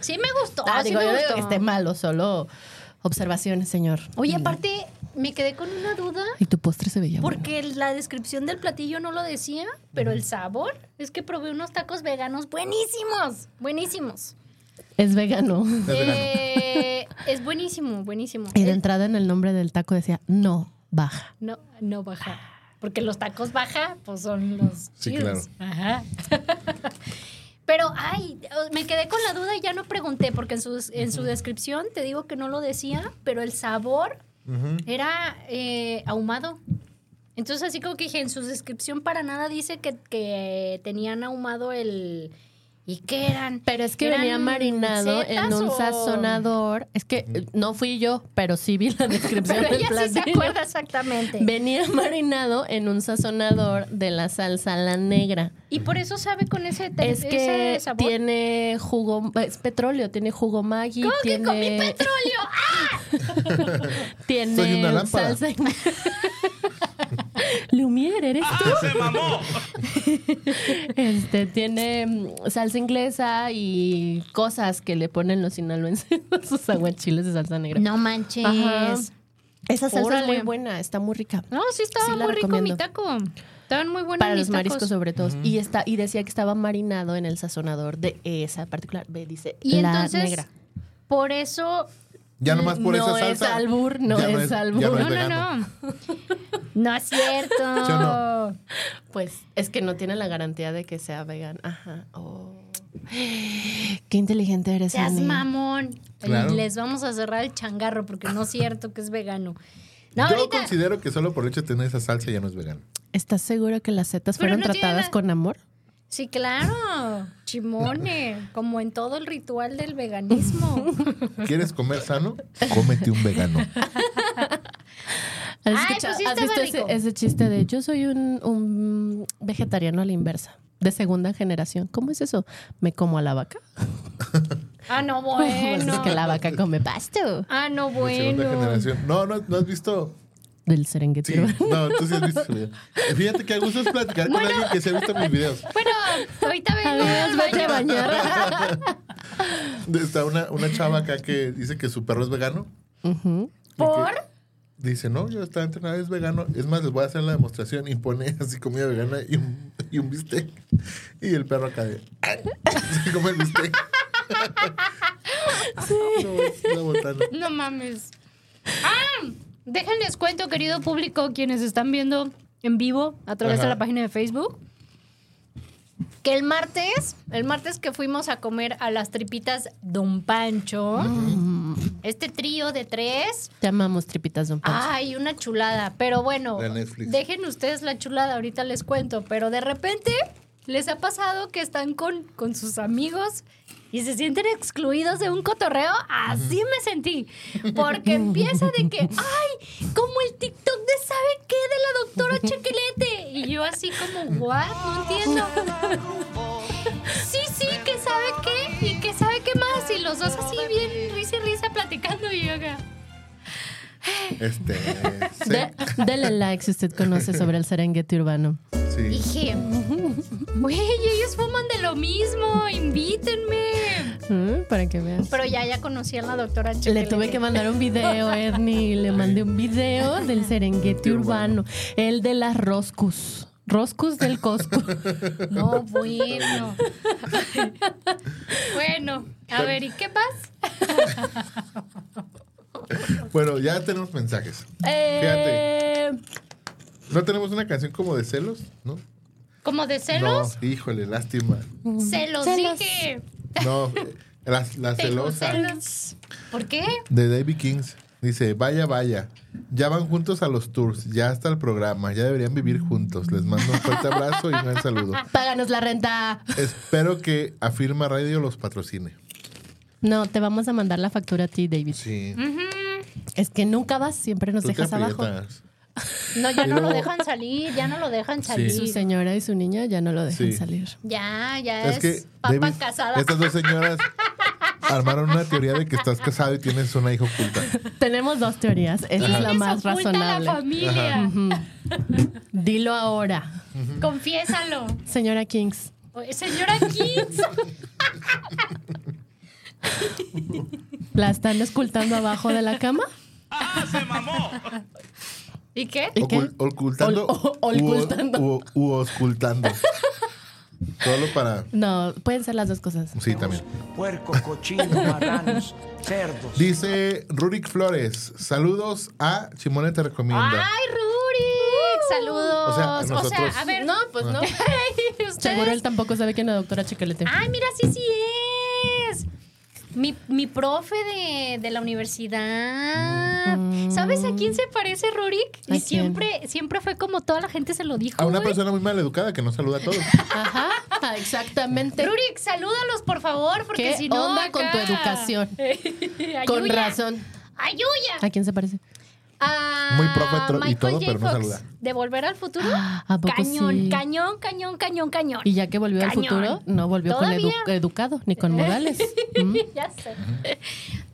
Speaker 1: Sí me gustó,
Speaker 4: Ah,
Speaker 1: sí
Speaker 4: digo,
Speaker 1: me
Speaker 4: yo no digo
Speaker 1: gustó.
Speaker 4: que esté malo, solo observaciones, señor.
Speaker 1: Oye, aparte, me quedé con una duda
Speaker 4: Y tu postre se veía bueno.
Speaker 1: porque la descripción del platillo no lo decía, pero el sabor es que probé unos tacos veganos buenísimos, buenísimos.
Speaker 4: Es vegano.
Speaker 2: Es vegano.
Speaker 1: Eh, es buenísimo, buenísimo.
Speaker 4: Y de
Speaker 1: Eh,
Speaker 4: entrada en el nombre del taco decía, no, baja.
Speaker 1: No, no baja. Porque los tacos baja, pues son los
Speaker 2: Sí,
Speaker 1: chidos. Ajá. Pero, ay, me quedé con la duda y ya no pregunté, porque en su, en su descripción te digo que no lo decía, pero el sabor
Speaker 2: Ujú.
Speaker 1: era eh, ahumado. Entonces, así como que dije, en su descripción para nada dice que, que tenían ahumado el... ¿Y qué eran?
Speaker 4: Pero es que
Speaker 1: ¿Eran
Speaker 4: venía marinado en
Speaker 1: setas
Speaker 4: un
Speaker 1: o-
Speaker 4: sazonador. Es que eh, no fui yo, pero sí vi la descripción
Speaker 1: Pero
Speaker 4: del
Speaker 1: ella sí se
Speaker 4: platillo.
Speaker 1: acuerda exactamente.
Speaker 4: Venía marinado en un sazonador de la salsa la negra.
Speaker 1: Y por eso sabe con ese, te-
Speaker 4: Es que
Speaker 1: ese sabor.
Speaker 4: tiene jugo, es petróleo, tiene jugo Maggi,
Speaker 1: ¿Cómo que
Speaker 4: tiene,
Speaker 1: comí petróleo?
Speaker 4: tiene
Speaker 2: Soy una lámpara.
Speaker 4: salsa. Luminiscente. sommelier, eres tú.
Speaker 7: Ah, ¡Se mamó!
Speaker 4: Este, tiene mm, salsa inglesa y cosas que le ponen los sinaloenses a sus aguachiles de salsa negra.
Speaker 1: No manches.
Speaker 4: Ajá. Esa salsa es muy
Speaker 1: Órale.
Speaker 4: buena, está muy rica.
Speaker 1: No, sí estaba
Speaker 4: Sí la
Speaker 1: muy rico mi
Speaker 4: recomiendo.
Speaker 1: taco. Estaban muy buenos
Speaker 4: Para
Speaker 1: mis
Speaker 4: los mariscos
Speaker 1: tacos.
Speaker 4: sobre todo. Y está, y decía que estaba marinado en el sazonador de esa particular. Ve, dice
Speaker 1: Y
Speaker 4: la
Speaker 1: entonces,
Speaker 4: negra.
Speaker 1: por eso
Speaker 2: Ya nomás por
Speaker 4: no
Speaker 2: esa salsa.
Speaker 4: es albur, no
Speaker 2: ya
Speaker 4: es,
Speaker 2: ya
Speaker 4: albur.
Speaker 2: no es
Speaker 1: No, no,
Speaker 2: vegano.
Speaker 1: no. No es cierto.
Speaker 2: ¿Sí o
Speaker 4: Pues es que no tiene la garantía de que sea vegan. Ajá. Oh. Qué inteligente eres,
Speaker 1: Seas
Speaker 4: Ani.
Speaker 1: mamón.
Speaker 2: Claro.
Speaker 1: Y Les vamos a cerrar el changarro porque no es cierto que es vegano. No,
Speaker 2: Yo
Speaker 1: ahorita.
Speaker 2: considero que solo por el hecho de tener esa salsa ya no es vegano.
Speaker 4: ¿Estás seguro que las setas
Speaker 1: Pero
Speaker 4: fueron
Speaker 1: no tiene
Speaker 4: tratadas
Speaker 1: nada-
Speaker 4: con amor?
Speaker 1: Sí, claro. Chimone. Como en todo el ritual del veganismo.
Speaker 2: ¿Quieres comer sano? Cómete un vegano.
Speaker 4: ¿Has,
Speaker 1: Ay,
Speaker 4: escuchado-
Speaker 1: pues sí
Speaker 4: has
Speaker 1: estaba
Speaker 4: visto ese,
Speaker 1: rico.
Speaker 4: ese chiste de yo soy un, un vegetariano a la inversa, de segunda generación? ¿Cómo es eso? ¿Me como a la vaca?
Speaker 1: Ah, no,
Speaker 4: Pues
Speaker 1: bueno.
Speaker 4: es que la vaca come pasto
Speaker 1: Ah, no,
Speaker 2: De segunda
Speaker 1: bueno.
Speaker 2: generación. No, no, no has visto.
Speaker 4: del Serengeti.
Speaker 2: Sí, no, tú sí has visto ese video. Fíjate que a gusto es platicar con alguien que se ha visto mis videos.
Speaker 1: Bueno, ahorita vengo.
Speaker 4: Adiós, vete a bañar.
Speaker 2: Está una, una chava acá que dice que su perro es vegano.
Speaker 4: Ujú.
Speaker 1: ¿Por?
Speaker 2: Dice, no, yo estaba entrenado, es vegano. Es más, les voy a hacer la demostración y pone así comida vegana y un, y un bistec. Y el perro acá de, "Ay", se come el bistec. No, es la botana.
Speaker 1: No mames. ¡Ah! Déjenles cuento, querido público, quienes están viendo en vivo a través
Speaker 2: Ajá.
Speaker 1: de la página de Facebook, que el martes, el martes que fuimos a comer a las tripitas Don Pancho, este trío de tres.
Speaker 4: Te amamos, tripitas don Pancho.
Speaker 1: Ay, una chulada. Pero bueno,
Speaker 2: De Netflix.
Speaker 1: dejen ustedes la chulada, ahorita les cuento. Pero de repente les ha pasado que están con, con sus amigos y se sienten excluidos de un cotorreo. Así me sentí. Porque empieza de que, ay, como el TikTok de sabe qué de la doctora Chequelete. Y yo así como, what? No entiendo. Sí, sí, que sabe qué y que sabe qué más. Y los dos así bien risa y risa platicando y yo acá.
Speaker 2: Este, sí,
Speaker 4: De- dele like si usted conoce sobre el Serengeti urbano.
Speaker 2: sí.
Speaker 1: Dije, güey, ellos fuman de lo mismo, invítenme.
Speaker 4: Mm, Para que veas.
Speaker 1: Pero ya, ya conocí a la doctora
Speaker 4: Le
Speaker 1: Chequelete.
Speaker 4: tuve que mandar un video, Ernie. Le mandé un video del Serengeti urbano. El de las Roscus. Roscus del Coscu.
Speaker 1: No, bueno. bueno, a ver, ¿y qué pasa?
Speaker 2: Bueno, ya tenemos mensajes.
Speaker 4: Eh,
Speaker 2: No tenemos una canción como de celos, ¿no?
Speaker 1: ¿Como de celos?
Speaker 2: No, híjole, lástima.
Speaker 1: Se los
Speaker 4: Celos.
Speaker 1: dije.
Speaker 2: No, eh, la, la
Speaker 1: Tengo
Speaker 2: celosa.
Speaker 1: celos. ¿Por qué?
Speaker 2: De David Kings. Dice, vaya, vaya. Ya van juntos a los tours, ya hasta el programa, ya deberían vivir juntos. Les mando un fuerte abrazo y un gran saludo.
Speaker 4: Páganos la renta.
Speaker 2: Espero que Afirma Radio los patrocine.
Speaker 4: No, te vamos a mandar la factura a ti, David.
Speaker 2: Sí.
Speaker 4: Es que nunca vas, siempre nos
Speaker 2: Tú te
Speaker 4: dejas abajo.
Speaker 2: aprietas.
Speaker 1: No, ya
Speaker 2: Y
Speaker 1: no lo
Speaker 2: luego-
Speaker 1: dejan salir, ya no lo dejan salir.
Speaker 4: Su señora y su niña ya no lo dejan
Speaker 2: Sí.
Speaker 4: salir.
Speaker 1: Ya, ya
Speaker 2: Es
Speaker 1: es,
Speaker 2: que
Speaker 1: papa
Speaker 2: David,
Speaker 1: casada.
Speaker 2: estas dos señoras armaron una teoría de que estás casado y tienes una hija oculta.
Speaker 4: Tenemos dos teorías. Esa
Speaker 1: ¿Quién
Speaker 4: es la
Speaker 1: les
Speaker 4: más
Speaker 1: oculta a la
Speaker 4: razonable.
Speaker 1: familia?
Speaker 4: Dilo ahora.
Speaker 1: Confiésalo.
Speaker 4: Señora Kings.
Speaker 1: Oye, Señora Kings.
Speaker 4: ¿La están escultando abajo de la cama?
Speaker 1: ¿Y qué?
Speaker 4: ¿Y qué?
Speaker 2: Ocul- ocultando.
Speaker 4: Ol- o-
Speaker 2: u-
Speaker 4: ocultando.
Speaker 2: u- u- oscultando. Solo para.
Speaker 4: No, pueden ser las dos cosas.
Speaker 2: Sí, también.
Speaker 8: Puerco, cochino, marranos, cerdos.
Speaker 2: Dice Rurik Flores, saludos a Chimone te recomienda.
Speaker 1: ¡Ay, Rurik! Saludos.
Speaker 2: O sea, a nosotros.
Speaker 1: a ver.
Speaker 4: Uh. No, pues no.
Speaker 2: Ah.
Speaker 1: Ay, ¿ustedes?
Speaker 4: Seguro él tampoco sabe quién es la doctora Chiquelete.
Speaker 1: Ay, mira, sí, sí es. Mi, mi profe de, de la universidad. ¿Sabes a quién se parece Rurik?
Speaker 4: Mm. ¿A
Speaker 1: Y
Speaker 4: quién?
Speaker 1: siempre, siempre fue como toda la gente se lo dijo.
Speaker 2: a una
Speaker 1: güey.
Speaker 2: persona muy mal educada que no saluda a todos.
Speaker 4: Ajá, ah, exactamente.
Speaker 1: Rurik, salúdalos, por favor, porque
Speaker 4: ¿Qué
Speaker 1: si no.
Speaker 4: onda con tu educación? Con razón. ¿A
Speaker 1: ¡Ayuya!
Speaker 4: quién se parece?
Speaker 1: A
Speaker 2: Muy profe tro- y
Speaker 1: Michael
Speaker 2: todo,
Speaker 1: J.
Speaker 2: pero no
Speaker 1: Fox,
Speaker 2: saluda.
Speaker 1: ¿De volver al futuro?
Speaker 4: Ah, ¿A poco
Speaker 1: cañón,
Speaker 4: sí?
Speaker 1: cañón, cañón, cañón, cañón.
Speaker 4: Y ya que volvió al
Speaker 1: Cañón.
Speaker 4: futuro, no volvió con
Speaker 1: Todavía.
Speaker 4: edu- educado ni con modales. Mm.
Speaker 1: ya sé.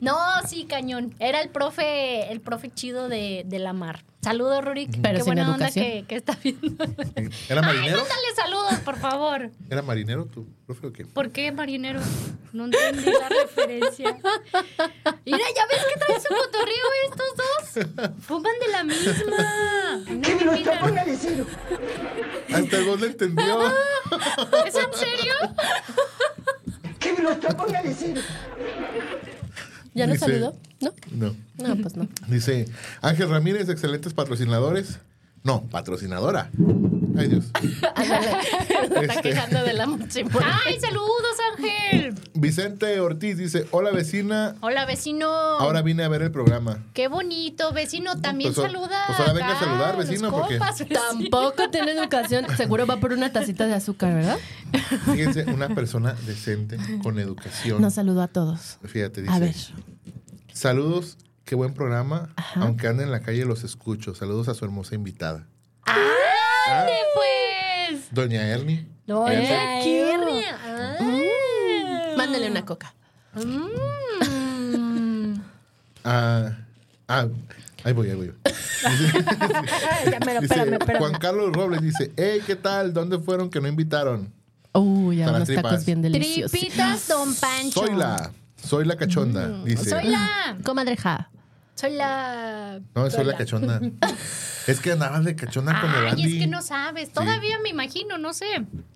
Speaker 1: No, sí, cañón. Era el profe, el profe chido de, de la mar. Saludos, Rurik.
Speaker 4: Pero
Speaker 1: Qué
Speaker 4: sin
Speaker 1: buena onda
Speaker 4: educación.
Speaker 1: que, que está viendo.
Speaker 2: ¿Era
Speaker 1: Ay,
Speaker 2: marinero?
Speaker 1: mándale saludos, por favor.
Speaker 2: ¿Era marinero tu profe o qué?
Speaker 1: ¿Por qué marinero? No entendí la referencia. Mira, ya ves que traen su cotorreo estos dos. Fuman de la misma. No me digan.
Speaker 2: Hasta el vos le entendió.
Speaker 1: ¿Es en serio?
Speaker 4: ¿Ya nos
Speaker 2: Dice-
Speaker 4: saludó? ¿No?
Speaker 2: No.
Speaker 4: No, pues no.
Speaker 2: Dice Ángel Ramírez, excelentes patrocinadores. No, patrocinadora. Ay, Dios.
Speaker 4: Está
Speaker 2: Este,
Speaker 4: quejando de la mochimora.
Speaker 1: ¡Ay, saludos, Ángel!
Speaker 2: Vicente Ortiz dice: Hola vecina,
Speaker 1: Hola, vecino.
Speaker 2: ahora vine a ver el programa.
Speaker 1: Qué bonito, vecino. También
Speaker 2: Pues, o-
Speaker 1: saluda.
Speaker 2: pues, ahora venga a
Speaker 1: acá
Speaker 2: saludar,
Speaker 1: los
Speaker 2: vecino, porque-
Speaker 1: compas, vecino.
Speaker 4: Tampoco tiene educación. Seguro va por una tacita de azúcar, ¿verdad?
Speaker 2: Fíjense, una persona decente, con educación.
Speaker 4: Nos saludó a todos.
Speaker 2: Fíjate, dice.
Speaker 4: A ver.
Speaker 2: Saludos, qué buen programa. Aunque ande en la calle, los escucho. Saludos a su hermosa invitada. Ah,
Speaker 1: ¡Ande, pues!
Speaker 2: Doña Ernie.
Speaker 1: No,
Speaker 2: Fíjate.
Speaker 1: Mm,
Speaker 4: Mándale una coca.
Speaker 2: Ah, ah, ahí voy, ahí voy. Dice, Juan Carlos Robles dice, hey, ¿qué tal? ¿Dónde fueron que no invitaron?
Speaker 4: Uy,
Speaker 2: Para
Speaker 4: ahora unos
Speaker 2: tripas.
Speaker 4: tacos bien deliciosos.
Speaker 1: Tripitas, don Pancho. Mm,
Speaker 2: Soy la, soy la cachonda, dice.
Speaker 1: Soy la.
Speaker 4: Comadreja.
Speaker 1: Soy la.
Speaker 2: No, soy la cachonda. es que andaban de cachonda con el
Speaker 1: Ay,
Speaker 2: Andy.
Speaker 1: es que no sabes. Todavía me imagino, no sé.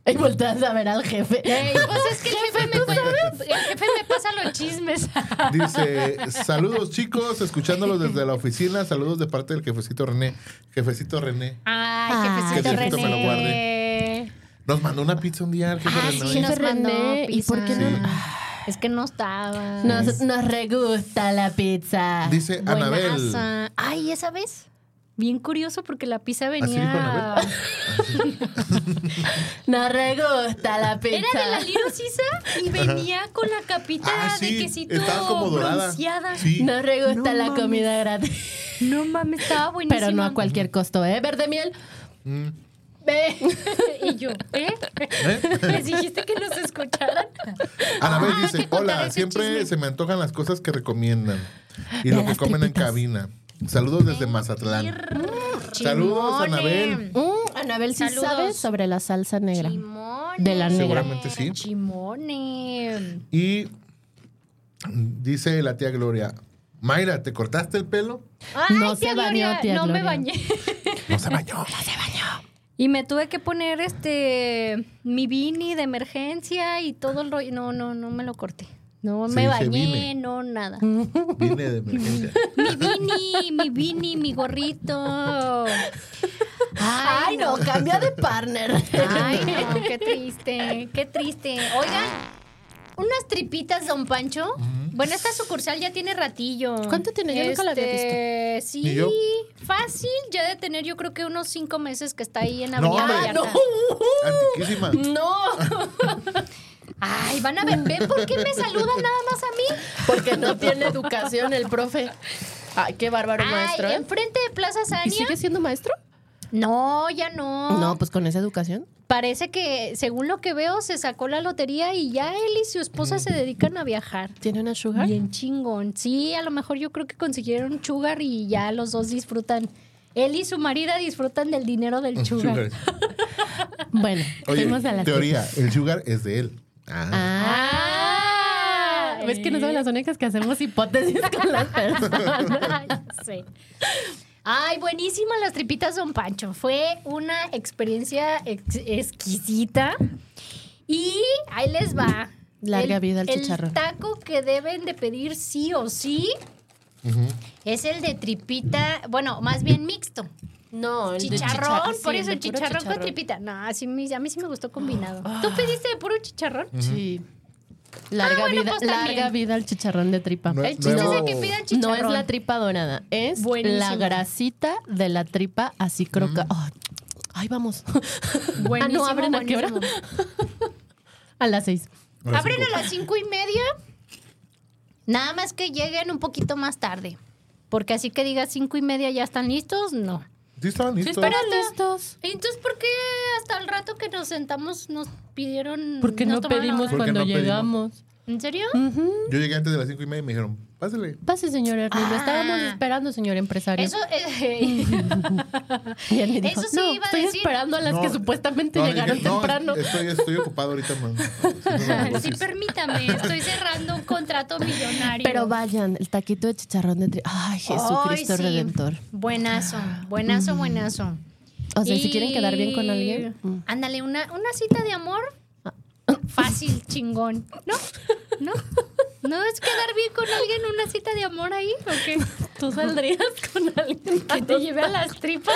Speaker 4: Y volteas a ver al jefe.
Speaker 1: Ey, pues es que el jefe, me pasa, el jefe me pasa los chismes.
Speaker 2: Dice, saludos chicos, escuchándolos desde la oficina, saludos de parte del jefecito René. Jefecito René.
Speaker 1: Ay, jefecito
Speaker 2: Ay, que
Speaker 1: René.
Speaker 2: Diosito me lo Nos mandó una pizza un día el jefe
Speaker 1: Ah,
Speaker 2: René.
Speaker 1: sí, nos
Speaker 4: Jefe
Speaker 1: mandó
Speaker 4: René, ¿y
Speaker 1: pizza.
Speaker 4: por qué no?
Speaker 2: Sí.
Speaker 1: Es que no estaba.
Speaker 4: Nos, nos re gusta la pizza.
Speaker 2: Dice Anabel.
Speaker 1: Buenaza. Ay, ¿esa vez? Bien curioso porque la pizza
Speaker 2: dijo
Speaker 1: venía.
Speaker 2: Anabel?
Speaker 4: Nos re gusta la pizza.
Speaker 1: Era de la Little Sisa y venía con la capita
Speaker 2: Ah,
Speaker 1: de
Speaker 2: sí,
Speaker 1: quesito
Speaker 2: estaba como dorada.
Speaker 1: bronceada.
Speaker 2: Sí.
Speaker 4: Nos re gusta
Speaker 1: No
Speaker 4: la
Speaker 1: mames.
Speaker 4: comida gratis.
Speaker 1: No mames, estaba buenísima.
Speaker 4: Pero no a cualquier costo, ¿eh? Verde miel.
Speaker 2: Mm.
Speaker 4: Ve.
Speaker 1: Y yo, ¿eh?
Speaker 2: ¿Eh?
Speaker 1: ¿Les dijiste que nos escucharan?
Speaker 2: Anabel
Speaker 1: Ah,
Speaker 2: dice,
Speaker 1: que contar
Speaker 2: hola,
Speaker 1: ese
Speaker 2: siempre
Speaker 1: chisme".
Speaker 2: se me antojan las cosas que recomiendan y
Speaker 4: De
Speaker 2: lo que
Speaker 4: las
Speaker 2: comen en
Speaker 4: tripitas.
Speaker 2: cabina. Saludos desde Mazatlán. Saludos,
Speaker 1: Chimones.
Speaker 2: Anabel.
Speaker 4: Mm, Anabel, ¿sí
Speaker 1: Saludos.
Speaker 4: sabes sobre la salsa negra?
Speaker 1: Chimones.
Speaker 4: De la negra.
Speaker 2: Seguramente sí.
Speaker 1: Chimones.
Speaker 2: Y dice la tía Gloria, Mayra, ¿te cortaste el pelo?
Speaker 1: Ay,
Speaker 4: No se
Speaker 1: tía
Speaker 4: bañó,
Speaker 1: Gloria,
Speaker 4: tía
Speaker 1: No me
Speaker 4: Gloria.
Speaker 1: bañé.
Speaker 2: No se bañó.
Speaker 1: Y me tuve que poner este mi bini de emergencia y todo el rollo. No, no, no me lo corté. No
Speaker 2: Se
Speaker 1: me
Speaker 2: dice
Speaker 1: bañé,
Speaker 2: vine.
Speaker 1: no nada.
Speaker 2: Vine de emergencia.
Speaker 1: Mi bini, mi bini, mi gorrito.
Speaker 4: Ay, no, cambia de partner.
Speaker 1: Ay, no, qué triste, qué triste. Oigan, unas tripitas, don Pancho. Bueno, esta sucursal ya tiene ratillo.
Speaker 4: ¿Cuánto tiene? Yo nunca la había
Speaker 1: Este,
Speaker 2: Ni
Speaker 1: Sí,
Speaker 2: yo.
Speaker 1: fácil, ya de tener yo creo que unos cinco meses que está ahí en
Speaker 2: No,
Speaker 1: Avenida
Speaker 2: hombre.
Speaker 4: Ah, no.
Speaker 1: Vallarta.
Speaker 2: Antiquísima.
Speaker 4: No,
Speaker 1: Ay, van a ver, ¿ven por qué me saludan nada más a mí?
Speaker 4: porque no tiene educación el profe. Ay, qué bárbaro
Speaker 1: Ay,
Speaker 4: maestro. ¿eh?
Speaker 1: enfrente de Plaza
Speaker 4: ¿Y
Speaker 1: Sania.
Speaker 4: sigue siendo maestro?
Speaker 1: No, ya no.
Speaker 4: No, pues con esa educación.
Speaker 1: Parece que, según lo que veo, se sacó la lotería y ya él y su esposa
Speaker 4: Mm.
Speaker 1: se dedican a viajar.
Speaker 4: ¿Tiene una sugar?
Speaker 1: Bien chingón. Sí, a lo mejor yo creo que consiguieron un sugar y ya los dos disfrutan. Él y su marida disfrutan del dinero del sugar.
Speaker 2: Sugar.
Speaker 4: Bueno,
Speaker 2: Oye,
Speaker 4: fuimos a las
Speaker 2: teoría, el sugar es de él. Ah,
Speaker 4: Ah, ¿Ves que no somos las únicas que hacemos hipótesis con las personas?
Speaker 1: Sí. Ay, buenísimas las tripitas Don Pancho. Fue una experiencia ex- exquisita. Y ahí les va.
Speaker 4: Larga vida al
Speaker 1: El
Speaker 4: chicharrón.
Speaker 1: taco que deben de pedir sí o sí es el de tripita, bueno, más bien mixto.
Speaker 4: No, el de
Speaker 1: Chicharrón,
Speaker 4: chicha-
Speaker 1: por
Speaker 4: sí,
Speaker 1: eso
Speaker 4: el de
Speaker 1: chicharrón,
Speaker 4: puro Ah.
Speaker 1: con tripita. No, así me- a mí sí me gustó combinado. ¿Tú pediste de puro chicharrón?
Speaker 4: Sí. Larga,
Speaker 1: bueno,
Speaker 4: vida,
Speaker 1: pues también.
Speaker 4: larga vida al chicharrón de tripa.
Speaker 2: No-
Speaker 4: El
Speaker 1: ¿Qué
Speaker 4: chiste
Speaker 1: es el
Speaker 2: Nuevo-
Speaker 1: que pidan
Speaker 4: No
Speaker 1: chicharrón?
Speaker 4: es la tripa dorada, es
Speaker 1: Buenísimo.
Speaker 4: la grasita de la tripa así croca. Ah, Ay, vamos. ah, no
Speaker 1: Buenísimo,
Speaker 4: abren a qué hora.
Speaker 1: buenísimo.
Speaker 4: a las seis.
Speaker 2: ahora sí,
Speaker 1: Abren a las cinco y media. Nada más que lleguen un poquito más tarde. Porque así que digas cinco y media ya están listos, no.
Speaker 2: Sí, estaban listos.
Speaker 1: espera. Espérate.
Speaker 4: listos.
Speaker 1: Entonces, ¿por qué hasta el rato que nos sentamos nos pidieron...
Speaker 4: Porque no
Speaker 1: tomaron la
Speaker 4: pedimos Mm.
Speaker 1: orden?
Speaker 2: Porque
Speaker 4: cuando
Speaker 2: no pedimos.
Speaker 4: llegamos.
Speaker 1: ¿En serio?
Speaker 2: Yo llegué antes de las cinco y media y me dijeron, pásale.
Speaker 4: Pase, señor Ernesto. Lo estábamos
Speaker 1: Ah.
Speaker 4: esperando, señor empresario.
Speaker 1: Eso, eh,
Speaker 4: y él me dijo,
Speaker 1: eso sí
Speaker 4: no,
Speaker 1: iba a
Speaker 4: estoy
Speaker 1: decir".
Speaker 4: esperando a las
Speaker 2: No,
Speaker 4: que supuestamente
Speaker 2: no, le
Speaker 4: llegaron
Speaker 2: dije, "No,
Speaker 4: temprano.
Speaker 2: estoy, estoy ocupado ahorita, man.
Speaker 1: sí, permítame, estoy cerrando un contrato millonario.
Speaker 4: Pero vayan, el taquito de chicharrón de tri- Ay, Jesucristo
Speaker 1: Ay, sí.
Speaker 4: Redentor.
Speaker 1: Buenazo, buenazo, buenazo.
Speaker 4: O sea, si
Speaker 1: Y-
Speaker 4: quieren quedar bien con alguien. mm.
Speaker 1: Ándale, una, una cita de amor fácil, chingón. ¿No? ¿No? ¿No es quedar bien con alguien una cita de amor ahí? ¿O qué?
Speaker 4: ¿Tú saldrías con alguien
Speaker 1: ¿Que te lleve a las tripas?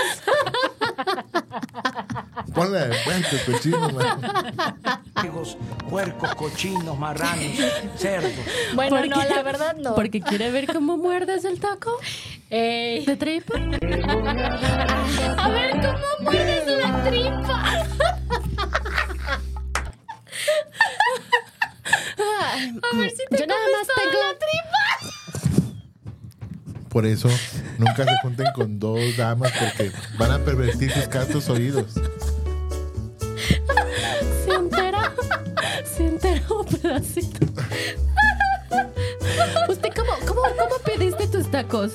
Speaker 2: Ponle de puente, cochino, man.
Speaker 8: Ciegos, puercos, cochinos, marranos, cerdos.
Speaker 1: Bueno,
Speaker 4: ¿Por
Speaker 1: no,
Speaker 4: qué?
Speaker 1: la verdad no. Eh,
Speaker 4: Porque quiere ver cómo muerdes el taco
Speaker 1: Ey.
Speaker 4: de tripa.
Speaker 1: A ver cómo muerdes la tripa. A ver si te
Speaker 4: Yo nada
Speaker 1: comes
Speaker 4: más
Speaker 1: toda
Speaker 4: tengo-
Speaker 1: la tripa.
Speaker 2: Por eso, nunca se junten con dos damas porque van a pervertir sus castos oídos.
Speaker 4: Se entera. Se enteró un pedacito. ¿Usted cómo, cómo, cómo pediste tus tacos?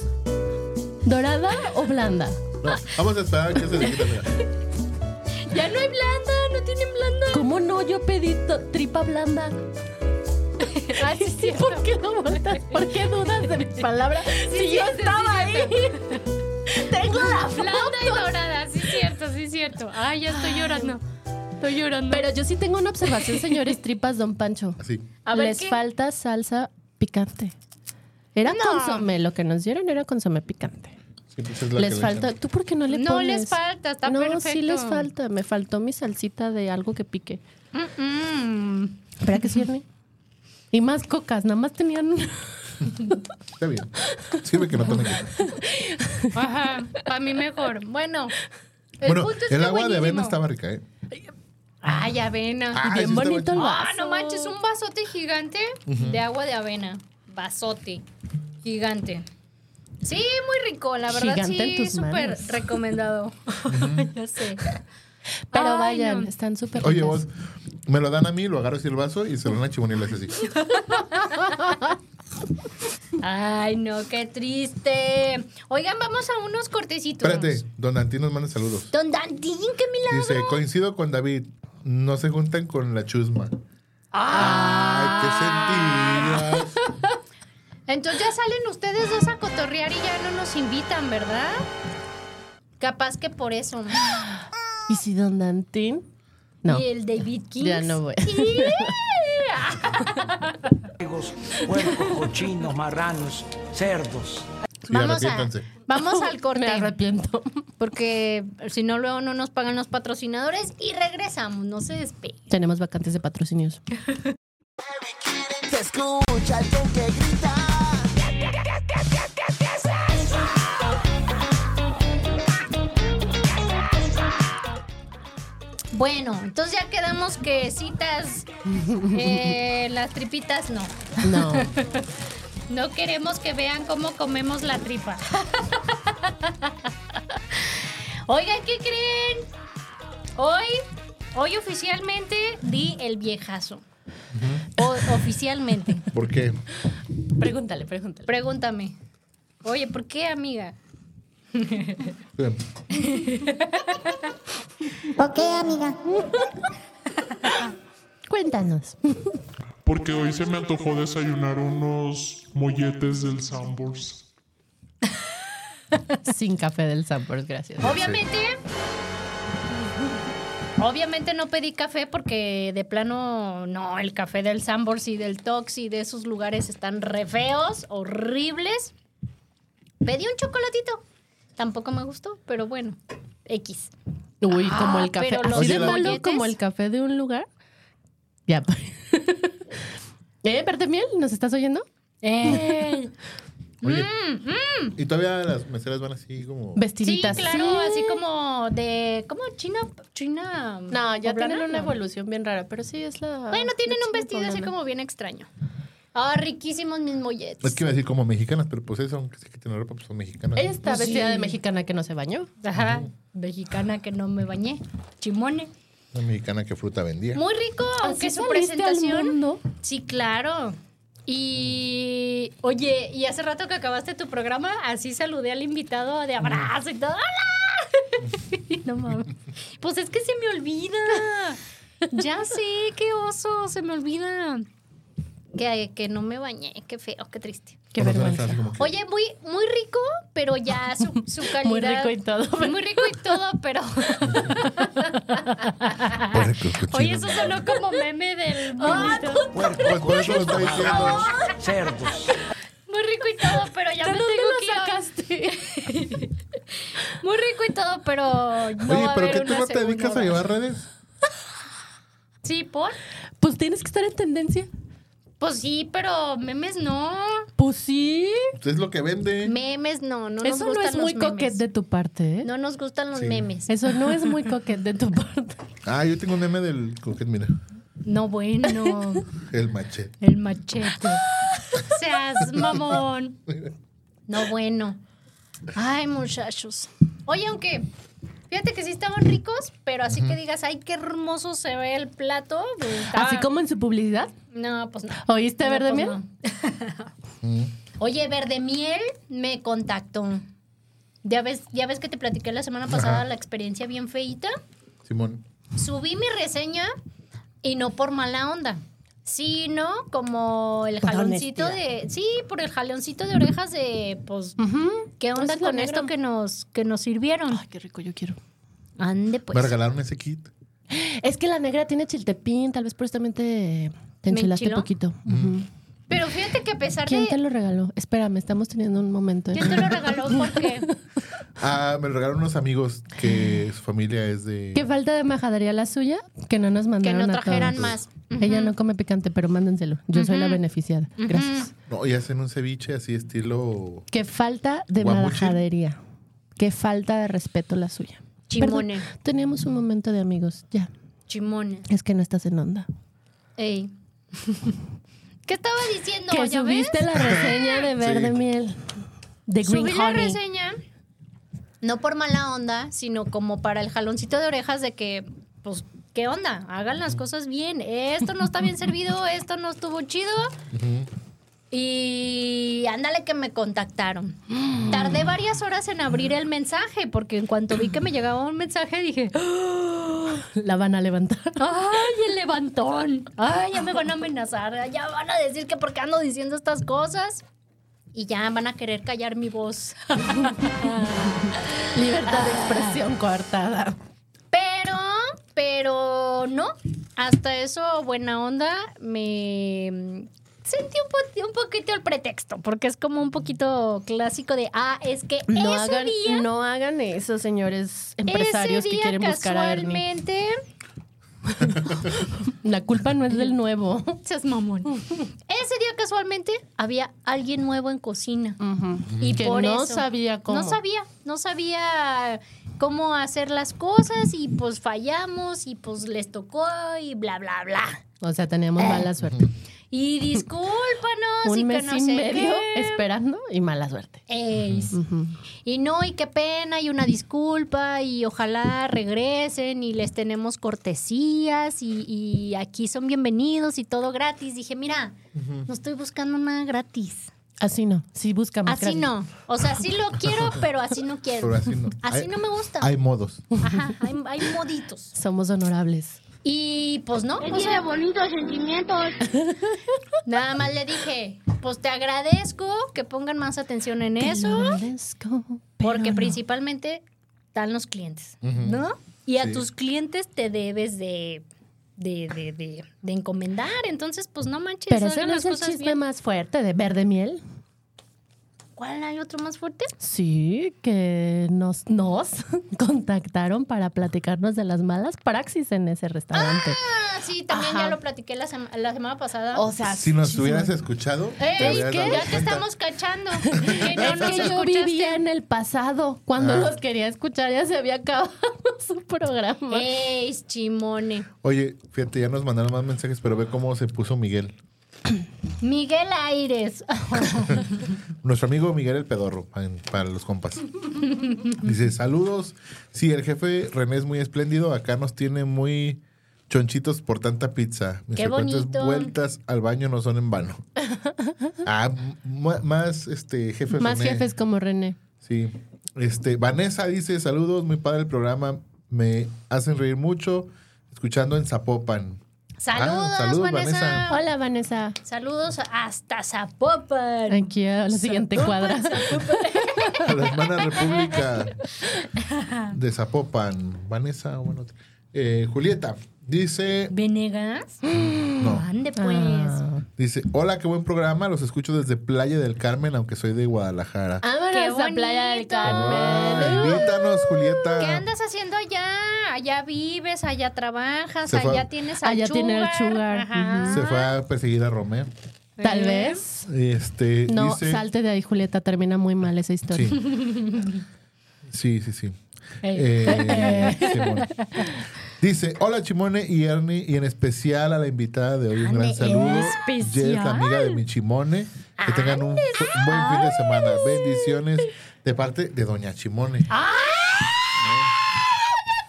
Speaker 4: ¿Dorada o blanda?
Speaker 2: No, vamos a esperar a que se le quite, mira.
Speaker 1: Ya no hay blanda, no tienen blanda.
Speaker 4: ¿Cómo no? Yo pedí to- tripa blanda.
Speaker 1: Así
Speaker 4: Sí, ¿por qué no volteas? ¿Por qué dudas de mi palabra? si yo
Speaker 1: cierto,
Speaker 4: estaba
Speaker 1: sí,
Speaker 4: ahí. Tengo la
Speaker 1: Blanda y dorada, sí es cierto, sí es cierto. Ay, ya estoy llorando. Estoy llorando.
Speaker 4: Pero yo sí tengo una observación, señores tripas, don Pancho.
Speaker 2: Así.
Speaker 1: A ver,
Speaker 4: Les
Speaker 1: ¿qué?
Speaker 4: falta salsa picante. Era consomé, lo que nos dieron era consomé picante.
Speaker 2: Siempre es la que
Speaker 4: Les
Speaker 2: le
Speaker 4: falta.
Speaker 2: echan.
Speaker 4: ¿Tú por qué no le
Speaker 1: No
Speaker 4: pones?
Speaker 1: les falta, está
Speaker 4: no, sí
Speaker 1: perfecto.
Speaker 4: les falta. Me faltó mi salsita de algo que pique.
Speaker 1: Mm, mm.
Speaker 4: ¿Para qué sirve? Y más cocas, nada más
Speaker 2: Ah,
Speaker 4: tenían.
Speaker 2: Está bien. Sirve que no tomen.
Speaker 1: Ajá, para mí mejor. Bueno, el
Speaker 2: Bueno,
Speaker 1: punto es
Speaker 2: el
Speaker 1: que
Speaker 2: agua de avena
Speaker 1: buenísimo.
Speaker 2: estaba rica, ¿eh?
Speaker 1: Ay, avena.
Speaker 2: Ah,
Speaker 4: bien
Speaker 2: sí estaba
Speaker 4: bonito el
Speaker 2: chido.
Speaker 1: Ah,
Speaker 4: vaso.
Speaker 1: no manches, un vasote gigante de agua de avena. Vasote gigante. Sí, muy rico, la verdad
Speaker 4: Gigante en
Speaker 1: sí,
Speaker 4: tus
Speaker 1: súper
Speaker 4: manos.
Speaker 1: recomendado. ya sé.
Speaker 4: Pero
Speaker 1: Ay,
Speaker 4: vayan,
Speaker 1: no.
Speaker 4: están súper
Speaker 2: Oye,
Speaker 4: ricas.
Speaker 2: vos, me lo dan a mí, lo agarro así el vaso y se lo dan a Chimón y le hace así.
Speaker 1: Ay, no, qué triste. Oigan, vamos a unos cortecitos.
Speaker 2: Espérate, don Dantín nos manda saludos.
Speaker 1: Don Dantín, qué milagro.
Speaker 2: Dice, coincido con David, no se juntan con la chusma. Ay,
Speaker 1: Ah.
Speaker 2: qué sentidas.
Speaker 1: Entonces ya salen ustedes dos a cotorrear y ya no nos invitan, ¿verdad? Capaz que por eso. ¿no?
Speaker 4: ¿Y si don Dantín? No.
Speaker 1: Y el David King.
Speaker 4: Ya no voy.
Speaker 8: Ciegos, puercos, cochinos, marranos, cerdos.
Speaker 2: Sí,
Speaker 1: Vamos, a,
Speaker 2: arrepiéntanse.
Speaker 1: vamos al
Speaker 4: Me
Speaker 1: corte.
Speaker 4: arrepiento.
Speaker 1: Porque si no, luego no nos pagan los patrocinadores y regresamos. No se despeguen.
Speaker 4: Tenemos vacantes de patrocinios.
Speaker 3: Se escucha alguien que grita.
Speaker 1: Bueno, entonces ya quedamos que citas, eh, las tripitas no.
Speaker 4: No.
Speaker 1: No queremos que vean cómo comemos la tripa. Oigan, ¿qué creen? Hoy, hoy oficialmente di el viejazo. O- oficialmente.
Speaker 2: ¿Por qué?
Speaker 4: pregúntale, pregúntale.
Speaker 1: Pregúntame. Oye, ¿por qué, amiga?
Speaker 2: Bien.
Speaker 7: Ok, amiga.
Speaker 4: Cuéntanos.
Speaker 9: Porque hoy se me antojó desayunar unos molletes del Sambors.
Speaker 4: Sin café del Sanborns, gracias.
Speaker 1: Obviamente. Obviamente no pedí café porque de plano no, el café del Sambors y del Tox y de esos lugares están re feos, horribles. Pedí un chocolatito. Tampoco me gustó, pero bueno, X.
Speaker 4: Uy,
Speaker 1: Ah,
Speaker 4: como el café.
Speaker 1: pero los
Speaker 4: Así de
Speaker 2: molletes.
Speaker 4: malo como el café de un lugar. Ya. eh, Verde Miel, ¿nos estás oyendo? Eh,
Speaker 2: Oye,
Speaker 1: Mm-hmm.
Speaker 2: y todavía las meseras van así como...
Speaker 1: Sí,
Speaker 4: Vestiditas.
Speaker 1: claro,
Speaker 4: Sí.
Speaker 1: así como de. ¿Cómo? China. China.
Speaker 4: No, ya
Speaker 1: poblana,
Speaker 4: tienen
Speaker 1: ¿no?
Speaker 4: una evolución bien rara, pero sí es la.
Speaker 1: Bueno, tienen
Speaker 4: la
Speaker 1: un
Speaker 4: china
Speaker 1: vestido así
Speaker 4: poblana.
Speaker 1: como bien extraño. Ah, riquísimos mis molletes.
Speaker 2: Es que iba a decir como mexicanas, pero pues eso, aunque se quiten la ropa, pues son mexicanas.
Speaker 4: Ella está vestida de mexicana que no se bañó.
Speaker 1: Ajá, mexicana que no me bañé. Chimone.
Speaker 2: Una mexicana que fruta vendía.
Speaker 1: Muy rico, aunque su
Speaker 4: saliste al
Speaker 1: presentación.
Speaker 4: mundo?
Speaker 1: Sí, claro. Y oye, y hace rato que acabaste tu programa, así saludé al invitado de abrazo y todo. ¡Hola! no mames. Pues es que se me olvida. Ya sé, qué oso, se me olvida. Que, que no me bañé, qué feo, qué triste.
Speaker 4: Qué
Speaker 2: Por lo menos
Speaker 4: vergüenza.
Speaker 2: así como que-
Speaker 1: Oye, muy, muy rico, pero ya su, su calidad.
Speaker 4: Muy rico y todo, pero-
Speaker 1: Muy rico y todo, pero.
Speaker 2: Puerco cochino.
Speaker 1: Oye, eso sonó como meme del. monito.
Speaker 2: Pues por eso lo está diciendo.
Speaker 8: cerdos.
Speaker 1: Muy rico y todo, pero ya
Speaker 4: ¿De
Speaker 1: me tengo
Speaker 4: dónde
Speaker 1: que
Speaker 4: lo
Speaker 1: ir.
Speaker 4: sacaste?
Speaker 1: Muy rico y todo, pero no
Speaker 2: Oye,
Speaker 1: va a
Speaker 2: ¿pero
Speaker 1: haber
Speaker 2: qué
Speaker 1: una
Speaker 2: tú no te
Speaker 1: segunda
Speaker 2: dedicas a
Speaker 1: hora.
Speaker 2: llevar redes?
Speaker 1: Sí, por.
Speaker 4: Pues tienes que estar en tendencia.
Speaker 1: Pues sí, pero memes no.
Speaker 4: Pues sí.
Speaker 2: Pues Es lo que vende.
Speaker 1: Memes no, no nos
Speaker 4: Eso no
Speaker 1: gustan
Speaker 4: es muy
Speaker 1: los memes.
Speaker 4: coquet de tu parte, ¿eh?
Speaker 1: No nos gustan los
Speaker 2: Sí.
Speaker 1: memes.
Speaker 4: Eso no es muy coquet de tu parte.
Speaker 2: Ah, yo tengo un meme del coquet, mira.
Speaker 1: No, bueno.
Speaker 2: El machete.
Speaker 1: El machete. Seas mamón. No, bueno. Ay, muchachos. Oye, aunque. Fíjate que sí estaban ricos, pero así que digas, ay, qué hermoso se ve el plato. pues, está-
Speaker 4: Así como en su publicidad.
Speaker 1: No, pues no.
Speaker 4: ¿Oíste,
Speaker 1: No,
Speaker 4: Verde
Speaker 1: pues
Speaker 4: Miel?
Speaker 1: no. Oye, Verde Miel me contactó. Ya ves, ya ves que te platiqué la semana pasada
Speaker 2: Ajá.
Speaker 1: la experiencia bien feíta.
Speaker 2: Simón.
Speaker 1: Subí mi reseña y no por mala onda, sino como el
Speaker 4: Por
Speaker 1: jaloncito de. Sí, por el jaloncito de orejas de. Pues, ¿qué onda
Speaker 4: Es lo
Speaker 1: con
Speaker 4: negro.
Speaker 1: esto que nos, que nos sirvieron?
Speaker 4: Ay, qué rico, yo quiero.
Speaker 1: Ande,
Speaker 2: Me
Speaker 1: pues.
Speaker 2: regalaron ese kit.
Speaker 4: Es que la negra tiene chiltepín, tal vez por eso también te, te
Speaker 1: ¿Me
Speaker 4: enchilaste
Speaker 1: enchiló?
Speaker 4: poquito. Ujú.
Speaker 1: Pero fíjate que a pesar
Speaker 4: ¿Quién
Speaker 1: de.
Speaker 4: te lo regaló? Espérame, estamos teniendo un momento. ¿eh?
Speaker 1: ¿Quién te lo regaló? Porque.
Speaker 2: Ah, me lo regalaron unos amigos
Speaker 1: Ah.
Speaker 2: que su familia es de.
Speaker 4: Qué falta de majadería la suya, que no nos
Speaker 1: Que
Speaker 4: mandaron
Speaker 1: no
Speaker 4: a
Speaker 1: trajeran
Speaker 4: todos.
Speaker 1: más.
Speaker 4: Ella no come picante, pero mándenselo. Yo soy la beneficiada. Gracias.
Speaker 2: No, y hacen un ceviche así estilo.
Speaker 4: Qué falta de
Speaker 2: Guamuchil.
Speaker 4: majadería. Qué falta de respeto la suya.
Speaker 1: Chimone.
Speaker 4: Perdón, teníamos un momento de amigos. Ya.
Speaker 1: Chimone.
Speaker 4: Es que no estás en onda.
Speaker 1: Ey. ¿Qué estaba diciendo?
Speaker 4: que
Speaker 1: ¿Ya
Speaker 4: subiste
Speaker 1: ves?
Speaker 4: la reseña de verde
Speaker 2: Sí.
Speaker 4: miel. De Green
Speaker 1: Subí la
Speaker 4: Honey.
Speaker 1: reseña, no por mala onda, sino como para el jaloncito de orejas de que, pues, ¿qué onda? Hagan las cosas bien. Esto no está bien servido, esto no estuvo chido. Y ándale que me contactaron. Tardé varias horas en abrir el mensaje, porque en cuanto vi que me llegaba un mensaje dije,
Speaker 4: La van a levantar.
Speaker 1: ¡Ay, el levantón! ¡Ay, ya me van a amenazar! Ya van a decir que por qué ando diciendo estas cosas. Y ya van a querer callar mi voz.
Speaker 4: Libertad
Speaker 1: Ah.
Speaker 4: de expresión coartada.
Speaker 1: Pero, pero no. Hasta eso, buena onda, me sentí un, po- un poquito el pretexto, porque es como un poquito clásico de, ah, es que
Speaker 4: No
Speaker 1: ese
Speaker 4: hagan,
Speaker 1: día,
Speaker 4: no hagan eso, señores
Speaker 1: ese
Speaker 4: empresarios que
Speaker 1: día
Speaker 4: quieren buscar a Ernie.
Speaker 1: casualmente...
Speaker 4: La culpa no es del nuevo.
Speaker 1: Seas mamón. Ese día casualmente había alguien nuevo en cocina. Y
Speaker 4: Que
Speaker 1: por eso-
Speaker 4: no sabía cómo.
Speaker 1: No sabía, no sabía cómo hacer las cosas y pues fallamos y pues les tocó y bla, bla, bla.
Speaker 4: O sea, teníamos mala suerte.
Speaker 1: Y discúlpanos y Eh.
Speaker 4: Un
Speaker 1: que
Speaker 4: mes
Speaker 1: no
Speaker 4: y
Speaker 1: sé
Speaker 4: medio
Speaker 1: qué.
Speaker 4: esperando y mala suerte.
Speaker 1: Ey, sí. Y no, y qué pena, y una disculpa, y ojalá regresen, y les tenemos cortesías, y, y aquí son bienvenidos, y todo gratis. Dije, mira, no estoy buscando nada gratis.
Speaker 4: Así no. Sí buscamos.
Speaker 1: Así no. O sea, sí lo quiero, pero así no quiero.
Speaker 2: Pero así no.
Speaker 1: Así
Speaker 2: Hay-
Speaker 1: no me gusta.
Speaker 2: Hay modos.
Speaker 1: Ajá, hay, hay moditos.
Speaker 4: Somos honorables.
Speaker 1: Y pues no, o sea,
Speaker 7: bonitos sentimientos.
Speaker 1: nada más le dije, pues te agradezco que pongan más atención en eso. Porque principalmente están los clientes, ¿no? Y a
Speaker 2: Sí.
Speaker 1: tus clientes te debes de, de, de, de- de encomendar. Entonces, pues no manches,
Speaker 4: Pero ese
Speaker 1: hagan
Speaker 4: no
Speaker 1: las
Speaker 4: es el
Speaker 1: cosas
Speaker 4: chisme
Speaker 1: bien.
Speaker 4: más fuerte de verde miel.
Speaker 1: ¿Cuál hay otro más fuerte?
Speaker 4: Sí, que nos, nos contactaron para platicarnos de las malas praxis en ese restaurante.
Speaker 1: Ah, sí, también
Speaker 4: Ajá.
Speaker 1: ya lo platiqué la, sema- la semana pasada.
Speaker 4: o sea,
Speaker 2: Si nos
Speaker 4: sí,
Speaker 2: hubieras escuchado.
Speaker 1: Ey,
Speaker 2: te hubieras
Speaker 1: Eh, ¿qué?
Speaker 2: dado
Speaker 1: Ya te
Speaker 2: cuenta.
Speaker 1: estamos cachando. Que no
Speaker 4: Es
Speaker 1: nos
Speaker 4: que yo
Speaker 1: escuchaste.
Speaker 4: vivía en el pasado. Cuando
Speaker 2: Ah.
Speaker 4: los quería escuchar ya se había acabado su programa.
Speaker 1: Ey, chimone.
Speaker 2: Oye, fíjate, ya nos mandaron más mensajes, pero ve cómo se puso Miguel.
Speaker 1: Miguel Aires.
Speaker 2: Nuestro amigo Miguel el Pedorro, pa- para los compas. Dice, saludos. Sí, el jefe René es muy espléndido. Acá nos tiene muy Chonchitos por tanta pizza. Mis
Speaker 1: Qué
Speaker 2: frecuentes
Speaker 1: bonito.
Speaker 2: vueltas al baño no son en vano. Ah, mu- más este, jefes.
Speaker 4: Más
Speaker 2: René.
Speaker 4: jefes como René.
Speaker 2: Sí. Este, Vanessa dice, saludos, muy padre el programa. Me hacen reír mucho escuchando en Zapopan. Ah,
Speaker 1: Saludos,
Speaker 2: saludos,
Speaker 1: Vanessa.
Speaker 2: Vanessa.
Speaker 4: Hola, Vanessa.
Speaker 1: Saludos hasta Zapopan.
Speaker 4: Aquí a la siguiente cuadra.
Speaker 2: A la hermana república de Zapopan. Vanessa, bueno. eh, Julieta dice,
Speaker 1: ¿Venegas?
Speaker 2: no,
Speaker 1: Ande pues.
Speaker 4: Ah.
Speaker 2: dice, hola, qué buen programa, los escucho desde Playa del Carmen, aunque soy de Guadalajara.
Speaker 4: Vámonos
Speaker 1: Qué
Speaker 4: a Playa del
Speaker 1: bonito.
Speaker 2: Ah,
Speaker 4: Carmen.
Speaker 2: invítanos, Julieta.
Speaker 1: ¿Qué andas haciendo allá? Allá vives, allá trabajas,
Speaker 2: Se fue
Speaker 1: allá
Speaker 2: a-
Speaker 1: tienes al
Speaker 4: Allá tiene el sugar.
Speaker 1: Ajá.
Speaker 2: Se fue a perseguir a Romeo.
Speaker 4: Tal vez.
Speaker 2: Este,
Speaker 4: No,
Speaker 2: dice-
Speaker 4: salte de ahí, Julieta. Termina muy mal esa historia.
Speaker 2: Sí, sí, sí. sí.
Speaker 4: Ey.
Speaker 2: Eh, Simón. Dice, hola Chimone y Ernie, y en especial a la invitada de hoy, un gran
Speaker 1: Ande,
Speaker 2: saludo.
Speaker 1: especial.
Speaker 2: Jess, amiga de mi Chimone. Que tengan un, so- un buen fin de semana. Bendiciones de parte de Doña Chimone.
Speaker 1: ¡Ah! ¡Doña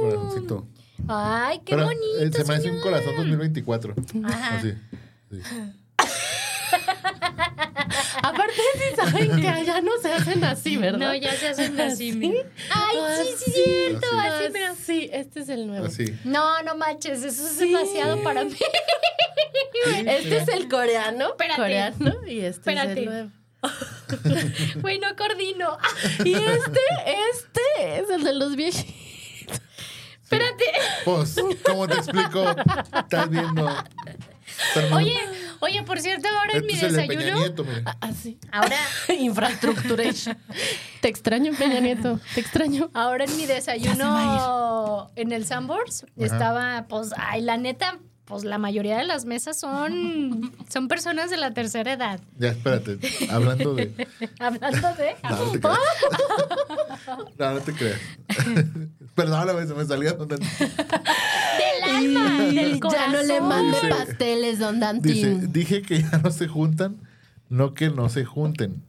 Speaker 1: Chimone! ¡Tú!
Speaker 2: Corazoncito.
Speaker 1: ¡Ay, qué
Speaker 2: Pero, eh,
Speaker 1: bonito!
Speaker 2: se me hace un
Speaker 1: señor.
Speaker 2: corazón 2024. Así. sí.
Speaker 4: Aparte, si saben que allá no se hacen así, ¿verdad?
Speaker 1: No, ya se hacen así, mira. ¡Ay, sí, sí,
Speaker 4: Así.
Speaker 1: cierto! Así,
Speaker 4: Así,
Speaker 1: mira.
Speaker 4: sí, este es el nuevo.
Speaker 2: Así.
Speaker 1: No, no manches, eso es demasiado para mí.
Speaker 4: Este es el coreano.
Speaker 1: Espérate.
Speaker 4: Coreano. Y este es
Speaker 1: Espérate.
Speaker 4: el nuevo.
Speaker 1: Güey, no coordino. Ah,
Speaker 4: Y este, este es el de los viejitos.
Speaker 1: Espérate.
Speaker 2: Pues, ¿cómo te explico? Estás viendo. Estás
Speaker 1: Oye, oye, por cierto, ahora en mi
Speaker 2: Este es el de Peña
Speaker 1: desayuno.
Speaker 2: Nieto, mira.
Speaker 4: Así.
Speaker 1: Ahora,
Speaker 4: Infraestructura. Te extraño, Peña Nieto. Te extraño.
Speaker 1: ahora en mi desayuno en el Sambors estaba, pues, ay, la neta, pues la mayoría de las mesas son, son personas de la tercera edad.
Speaker 2: Ya, espérate. Hablando de.
Speaker 1: Hablando de.
Speaker 2: No, no te creas. No, no te creas. Perdóname, se me salió.
Speaker 1: Del alma, del
Speaker 4: ya
Speaker 1: corazón.
Speaker 4: no le mande
Speaker 2: Dice-
Speaker 4: pasteles, don
Speaker 2: Dice,
Speaker 4: Dantín.
Speaker 2: dije que ya no se juntan, no que no se junten.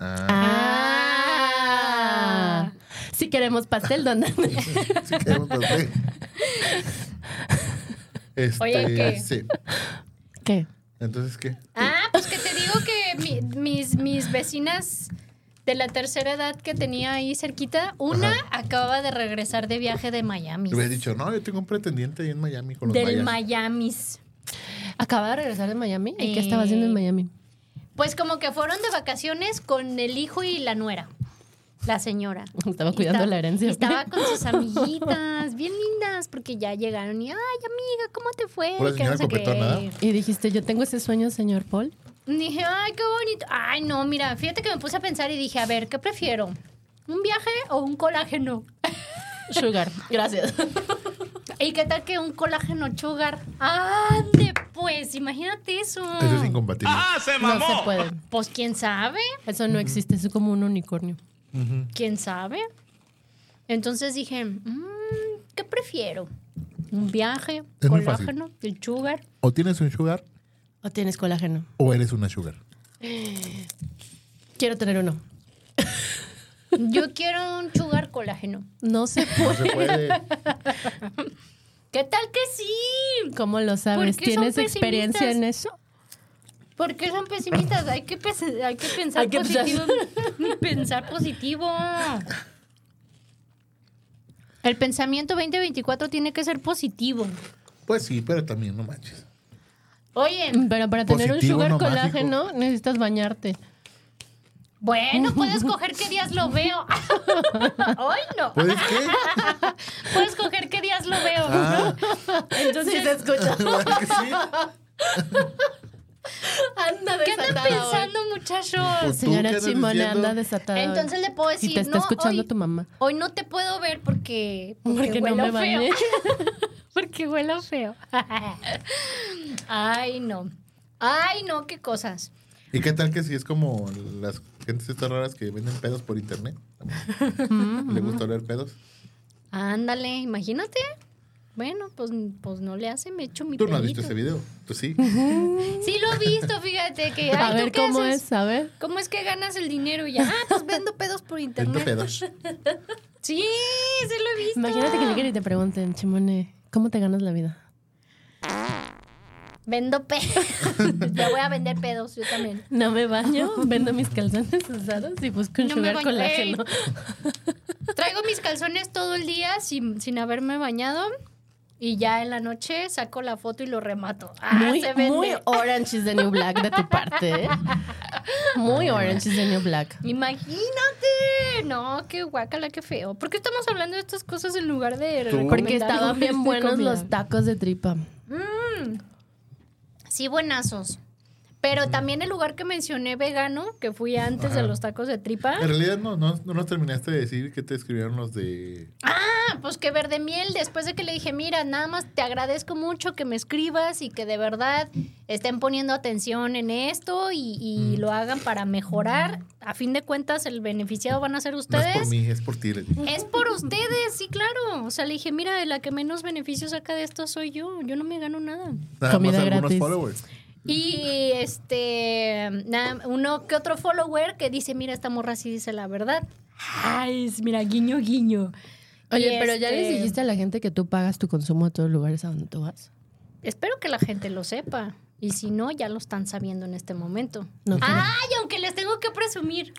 Speaker 2: Ah,
Speaker 4: Ah. Si queremos pastel, don Dantín.
Speaker 2: sí que un café. Este,
Speaker 1: Oye, ¿qué?
Speaker 2: sí.
Speaker 4: ¿Qué?
Speaker 2: Entonces, ¿qué?
Speaker 1: Ah, pues que te digo que mi- mis, mis vecinas de la tercera edad que tenía ahí cerquita, una
Speaker 2: Ajá.
Speaker 1: acababa de regresar de viaje de Miami.
Speaker 2: Te hubiera dicho, no, yo tengo un pretendiente ahí en Miami con los
Speaker 1: Del
Speaker 2: mayas.
Speaker 1: Miami.
Speaker 4: Acaba de regresar de Miami. ¿Y
Speaker 1: Eh.
Speaker 4: qué estaba haciendo en Miami?
Speaker 1: Pues como que fueron de vacaciones con el hijo y la nuera, la señora.
Speaker 4: Estaba
Speaker 1: Y
Speaker 4: cuidando
Speaker 1: esta-
Speaker 4: la herencia.
Speaker 1: y Estaba con sus amiguitas, bien lindas, porque ya llegaron y, ay, amiga, ¿cómo te fue?
Speaker 2: Pura
Speaker 1: Y que no
Speaker 2: señora
Speaker 1: sé qué.
Speaker 2: coquetona.
Speaker 4: Y dijiste, yo tengo ese sueño, señor Paul.
Speaker 1: Y Dije, ay, qué bonito. Ay, no, mira, fíjate que me puse a pensar y dije, a ver, ¿qué prefiero? ¿Un viaje o un colágeno?
Speaker 4: Sugar. Gracias.
Speaker 1: ¿Y qué tal que un colágeno sugar? ¡Ande, pues! Imagínate eso.
Speaker 2: Eso es incompatible.
Speaker 4: No se puede.
Speaker 1: Pues quién sabe,
Speaker 4: Eso no existe. Eso es como un unicornio.
Speaker 1: quién sabe. Entonces dije, "Mm, ¿qué prefiero? ¿Un viaje?
Speaker 2: Es muy fácil.
Speaker 1: ¿Colágeno? ¿El sugar?
Speaker 2: O tienes un sugar
Speaker 4: ¿O tienes colágeno?
Speaker 2: o eres una sugar.
Speaker 4: Quiero tener uno.
Speaker 1: Yo quiero un sugar colágeno.
Speaker 4: No se
Speaker 2: No
Speaker 4: puede.
Speaker 2: se puede.
Speaker 1: ¿Qué tal que sí?
Speaker 4: ¿Cómo lo sabes?
Speaker 1: ¿Por qué son
Speaker 4: ¿Tienes experiencia en eso?
Speaker 1: ¿Por qué son pesimistas? Hay que, pes- hay que pensar
Speaker 4: Hay que pensar.
Speaker 1: positivo. pensar positivo. El pensamiento 2024 tiene que ser positivo.
Speaker 2: Pues sí, pero también no manches.
Speaker 1: Oye,
Speaker 4: Pero para tener
Speaker 2: Positivo,
Speaker 4: un sugar
Speaker 2: no
Speaker 4: colágeno necesitas bañarte.
Speaker 1: bueno, puedes coger qué días lo veo. Hoy no.
Speaker 2: ¿Puedes qué?
Speaker 1: Puedes coger qué días lo veo.
Speaker 2: Ah,
Speaker 1: Entonces,
Speaker 4: escucha.
Speaker 2: ¿verdad que sí?
Speaker 4: Anda
Speaker 1: ¿qué andan
Speaker 4: desatada hoy.
Speaker 1: pensando, muchachos?
Speaker 2: Pues, ¿tú qué
Speaker 4: Señora
Speaker 2: andas
Speaker 4: Chimone
Speaker 2: diciendo?
Speaker 4: anda desatada.
Speaker 1: Entonces le puedo decir,
Speaker 4: Si te está
Speaker 1: no,
Speaker 4: escuchando
Speaker 1: hoy,
Speaker 4: tu mamá.
Speaker 1: hoy no te puedo ver porque, porque,
Speaker 4: Porque no
Speaker 1: huelo
Speaker 4: me bañé.
Speaker 1: feo. porque huelo feo. Ay, no. Ay, no, qué cosas.
Speaker 2: ¿Y qué tal que si es como las gentes estas raras que venden pedos por internet? ¿Le gusta oler pedos?
Speaker 1: Ándale, imagínate. Bueno, pues, pues no le hace, me echo mi
Speaker 2: Tú no has
Speaker 1: pelito.
Speaker 2: visto ese video. Tú sí.
Speaker 1: Sí lo he visto, fíjate que.
Speaker 4: A
Speaker 1: ay, ¿tú
Speaker 4: ver
Speaker 1: qué
Speaker 4: cómo
Speaker 1: haces?
Speaker 4: es, a ver.
Speaker 1: ¿Cómo es que ganas el dinero ya? Ah, pues vendo pedos por
Speaker 2: Vendo
Speaker 1: internet.
Speaker 2: pedos.
Speaker 1: Sí, sí lo he visto.
Speaker 4: Imagínate que lleguen y te pregunten, Chimone, ¿cómo te ganas la vida?
Speaker 1: Vendo pedos. Te voy a vender pedos, yo también.
Speaker 4: No me baño, vendo mis calzones usados y busco un
Speaker 1: No me
Speaker 4: sugar
Speaker 1: bañé.
Speaker 4: colágeno.
Speaker 1: Traigo mis calzones todo el día sin, sin haberme bañado. Y ya en la noche saco la foto y lo remato. Ah,
Speaker 4: Muy,
Speaker 1: se vende.
Speaker 4: muy Orange is the New Black de tu parte. ¿eh? Muy Orange is the New Black.
Speaker 1: Imagínate. No, qué guacala, qué feo. ¿Por qué estamos hablando de estas cosas en lugar de recomendar
Speaker 4: Porque estaban
Speaker 1: lugares
Speaker 4: bien
Speaker 1: de
Speaker 4: buenos
Speaker 1: comida?
Speaker 4: los tacos de tripa.
Speaker 1: Sí, buenazos. Pero también el lugar que mencioné vegano, que fui antes de
Speaker 2: Ajá.
Speaker 1: los tacos de tripa.
Speaker 2: En realidad no, no, no nos terminaste de decir que te escribieron los de...
Speaker 1: Ah, pues que verde miel, después de que le dije, mira, nada más te agradezco mucho que me escribas y que de verdad estén poniendo atención en esto y,
Speaker 2: Mm.
Speaker 1: y lo hagan para mejorar. A fin de cuentas, el beneficiado van a ser
Speaker 2: No es por
Speaker 1: ustedes.
Speaker 2: mí, es por ti. le dije.
Speaker 1: Es por ustedes, sí, claro. O sea, le dije, mira, la que menos beneficios saca de esto soy yo. Yo no me gano nada.
Speaker 2: Nada
Speaker 4: Comida
Speaker 2: más algunos
Speaker 4: gratis.
Speaker 2: followers.
Speaker 1: Y este, nada, uno que otro follower que dice, mira, esta morra sí dice la verdad. Ay, es- mira, guiño, guiño.
Speaker 4: Oye,
Speaker 1: Y
Speaker 4: pero ya les
Speaker 1: este-
Speaker 4: dijiste a la gente que tú pagas tu consumo a todos los lugares a donde tú vas.
Speaker 1: Espero que la gente lo sepa. Y si no, ya lo están sabiendo en este momento.
Speaker 4: No creo.
Speaker 1: Ay, aunque les tengo que presumir.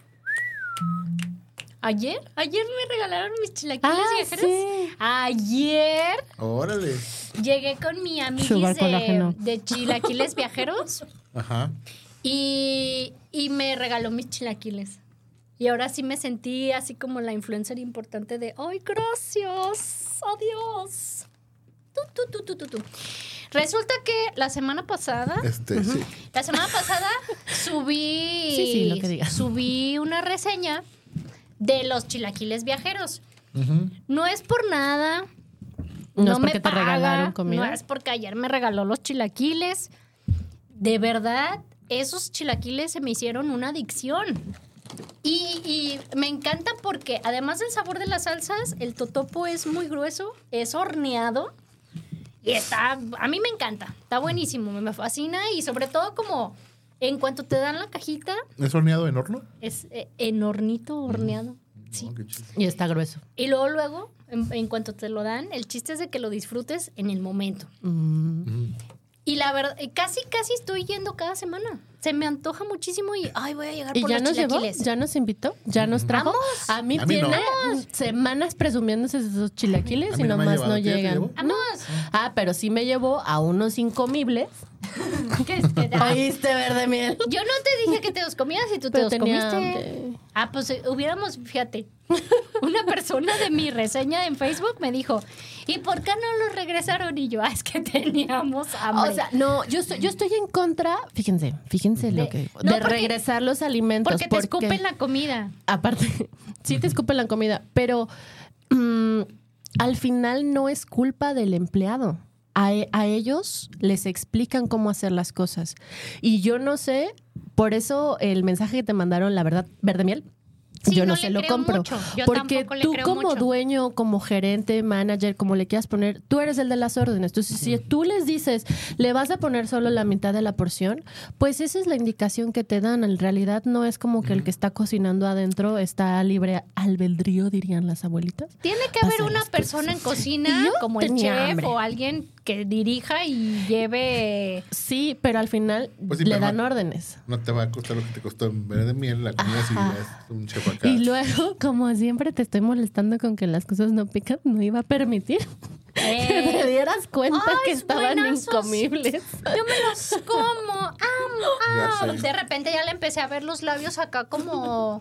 Speaker 1: Ayer, ayer me regalaron mis chilaquiles
Speaker 4: Ah,
Speaker 1: viajeros.
Speaker 4: sí.
Speaker 1: Ayer
Speaker 2: Órale.
Speaker 1: llegué con mi
Speaker 4: Sugar
Speaker 1: amiguis de,
Speaker 4: colágeno.
Speaker 1: de chilaquiles viajeros
Speaker 2: Ajá.
Speaker 1: y, y me regaló mis chilaquiles. Y ahora sí me sentí así como la influencer importante de, ¡ay, gracias! ¡Adiós! Tu, tu, tu, tu, tu, tu. Resulta que la semana
Speaker 4: Ah.
Speaker 1: pasada
Speaker 2: Este, sí.
Speaker 1: la semana pasada subí.
Speaker 4: Sí, sí, lo que digas.
Speaker 1: Subí una reseña de los chilaquiles viajeros.
Speaker 2: Ujú.
Speaker 1: No es por nada.
Speaker 4: No,
Speaker 1: No,
Speaker 4: es
Speaker 1: me
Speaker 4: porque te
Speaker 1: paga,
Speaker 4: regalaron comida.
Speaker 1: No es porque ayer me regaló los chilaquiles. De verdad, esos chilaquiles se me hicieron una adicción. Y, y me encanta porque además del sabor de las salsas, el totopo es muy grueso, es horneado. Y está, a mí me encanta, está buenísimo, me- me fascina y sobre todo como en cuanto te dan la cajita,
Speaker 2: ¿Es horneado en horno?
Speaker 1: es eh, en hornito horneado. Sí.
Speaker 2: No, qué chido.
Speaker 4: Y está grueso.
Speaker 1: Y luego, luego, en, en cuanto te lo dan, el chiste es de que lo disfrutes en el momento.
Speaker 4: Mm.
Speaker 1: Y la verdad, eh, casi, casi estoy yendo cada semana. Se me antoja muchísimo y, ay, voy a llegar
Speaker 4: ¿Y
Speaker 1: por
Speaker 4: ya
Speaker 1: los
Speaker 4: nos llevó?
Speaker 1: chilaquiles.
Speaker 4: ¿Ya nos invitó? ¿Ya nos trajo?
Speaker 1: Vamos.
Speaker 4: A mí
Speaker 2: A mí
Speaker 4: tiene
Speaker 2: no.
Speaker 4: semanas presumiéndose esos chilaquiles
Speaker 2: A
Speaker 4: y
Speaker 2: mí no me ha
Speaker 4: nomás
Speaker 2: llevado.
Speaker 4: no
Speaker 2: ¿Tú ya te
Speaker 4: llegan.
Speaker 2: llevó?
Speaker 1: ¡Vamos!
Speaker 4: Ah, pero sí me llevó a unos incomibles.
Speaker 1: ¿Qué es que- ay,
Speaker 4: ¿Oíste, verde miel?
Speaker 1: Yo no te dije que te los comías y tú
Speaker 4: Pero
Speaker 1: te los
Speaker 4: tenía
Speaker 1: comiste.
Speaker 4: hambre.
Speaker 1: Ah, pues eh, hubiéramos, fíjate. Una persona de mi reseña en Facebook me dijo, ¿y por qué no los regresaron? Y yo, "Ah, es que teníamos hambre.
Speaker 4: O sea, no, yo estoy, yo estoy en contra, fíjense, fíjense lo
Speaker 1: De-
Speaker 4: que
Speaker 1: no,
Speaker 4: de
Speaker 1: porque-
Speaker 4: regresar los alimentos.
Speaker 1: porque te escupen la comida.
Speaker 4: Aparte, sí te escupen la comida, pero mm, al final no es culpa del empleado. A, e- a ellos les explican cómo hacer las cosas. Y yo no sé, por eso el mensaje que te mandaron, la verdad, verde miel.
Speaker 1: Sí,
Speaker 4: yo no,
Speaker 1: no
Speaker 4: se
Speaker 1: le
Speaker 4: lo
Speaker 1: creo
Speaker 4: compro.
Speaker 1: mucho. Yo
Speaker 4: porque
Speaker 1: tampoco le
Speaker 4: tú
Speaker 1: creo
Speaker 4: como
Speaker 1: mucho.
Speaker 4: dueño, como gerente, manager, como le quieras poner, tú eres el de las órdenes. Entonces, si tú les dices, le vas a poner solo la mitad de la porción, pues esa es la indicación que te dan. En realidad no es como que el que está cocinando adentro está libre albedrío, dirían las abuelitas.
Speaker 1: Tiene que
Speaker 4: Pasa
Speaker 1: haber una
Speaker 4: las cosas.
Speaker 1: persona en
Speaker 4: Y
Speaker 1: cocina
Speaker 4: yo
Speaker 1: como el
Speaker 4: tenía
Speaker 1: chef
Speaker 4: hambre.
Speaker 1: o alguien que dirija y lleve...
Speaker 4: Sí, pero al final
Speaker 2: Pues sí,
Speaker 4: le
Speaker 2: pero
Speaker 4: dan
Speaker 2: no-
Speaker 4: órdenes.
Speaker 2: No te va a costar lo que te costó en verde miel, la comida si
Speaker 4: Ajá.
Speaker 2: ya es un chef acá.
Speaker 4: Y luego, como siempre te estoy molestando con que las cosas no pican, no iba a permitir que te
Speaker 1: Eh,
Speaker 4: dieras cuenta
Speaker 1: Ay, Eh.
Speaker 4: que estaban
Speaker 1: buenazos.
Speaker 4: incomibles.
Speaker 1: yo me los como. amo, amo.
Speaker 2: Ya sé.
Speaker 1: Pues, De repente ya le empecé a ver los labios acá como,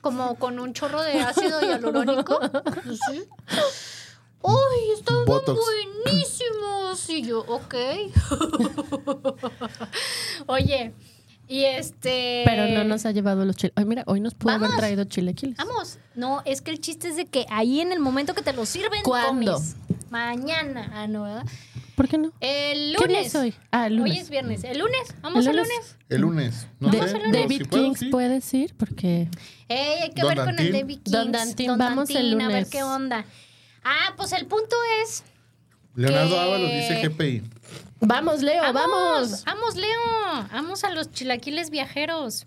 Speaker 1: como con un chorro de ácido hialurónico. Sí. ¡Uy! Estaban
Speaker 2: Botox.
Speaker 1: buenísimos. Y yo, ok. Oye, y este.
Speaker 4: Pero no nos ha llevado los chilequiles. Ay, mira, hoy nos pudo haber
Speaker 1: Vamos.
Speaker 4: traído chilequiles.
Speaker 1: Vamos. No, es que el chiste es de que ahí en el momento que te lo sirven,
Speaker 4: ¿Cuándo?
Speaker 1: comes. Mañana. Ah, no, ¿verdad?
Speaker 4: ¿Por qué no?
Speaker 1: El
Speaker 4: ¿Qué
Speaker 1: lunes.
Speaker 4: día es hoy? Ah, el lunes.
Speaker 1: Hoy es viernes. El lunes. Vamos
Speaker 4: El
Speaker 1: el
Speaker 4: lunes.
Speaker 1: lunes.
Speaker 2: El lunes. No
Speaker 4: De-
Speaker 2: sé, pero
Speaker 4: David
Speaker 2: si puedo,
Speaker 4: Kings,
Speaker 2: sí.
Speaker 4: ¿puedes ir? Porque
Speaker 1: Ey, hay que
Speaker 2: Don
Speaker 1: ver con el
Speaker 2: Dantín.
Speaker 1: David Kings.
Speaker 4: Don Dantín, vamos el
Speaker 1: A ver
Speaker 4: lunes.
Speaker 1: qué onda. Ah, pues el punto es.
Speaker 2: Leonardo
Speaker 1: que-
Speaker 2: Ábalos dice GPI.
Speaker 4: Vamos, Leo,
Speaker 1: ¡Vamos!
Speaker 4: vamos.
Speaker 1: ¡Vamos, Leo! ¡Vamos a los chilaquiles viajeros!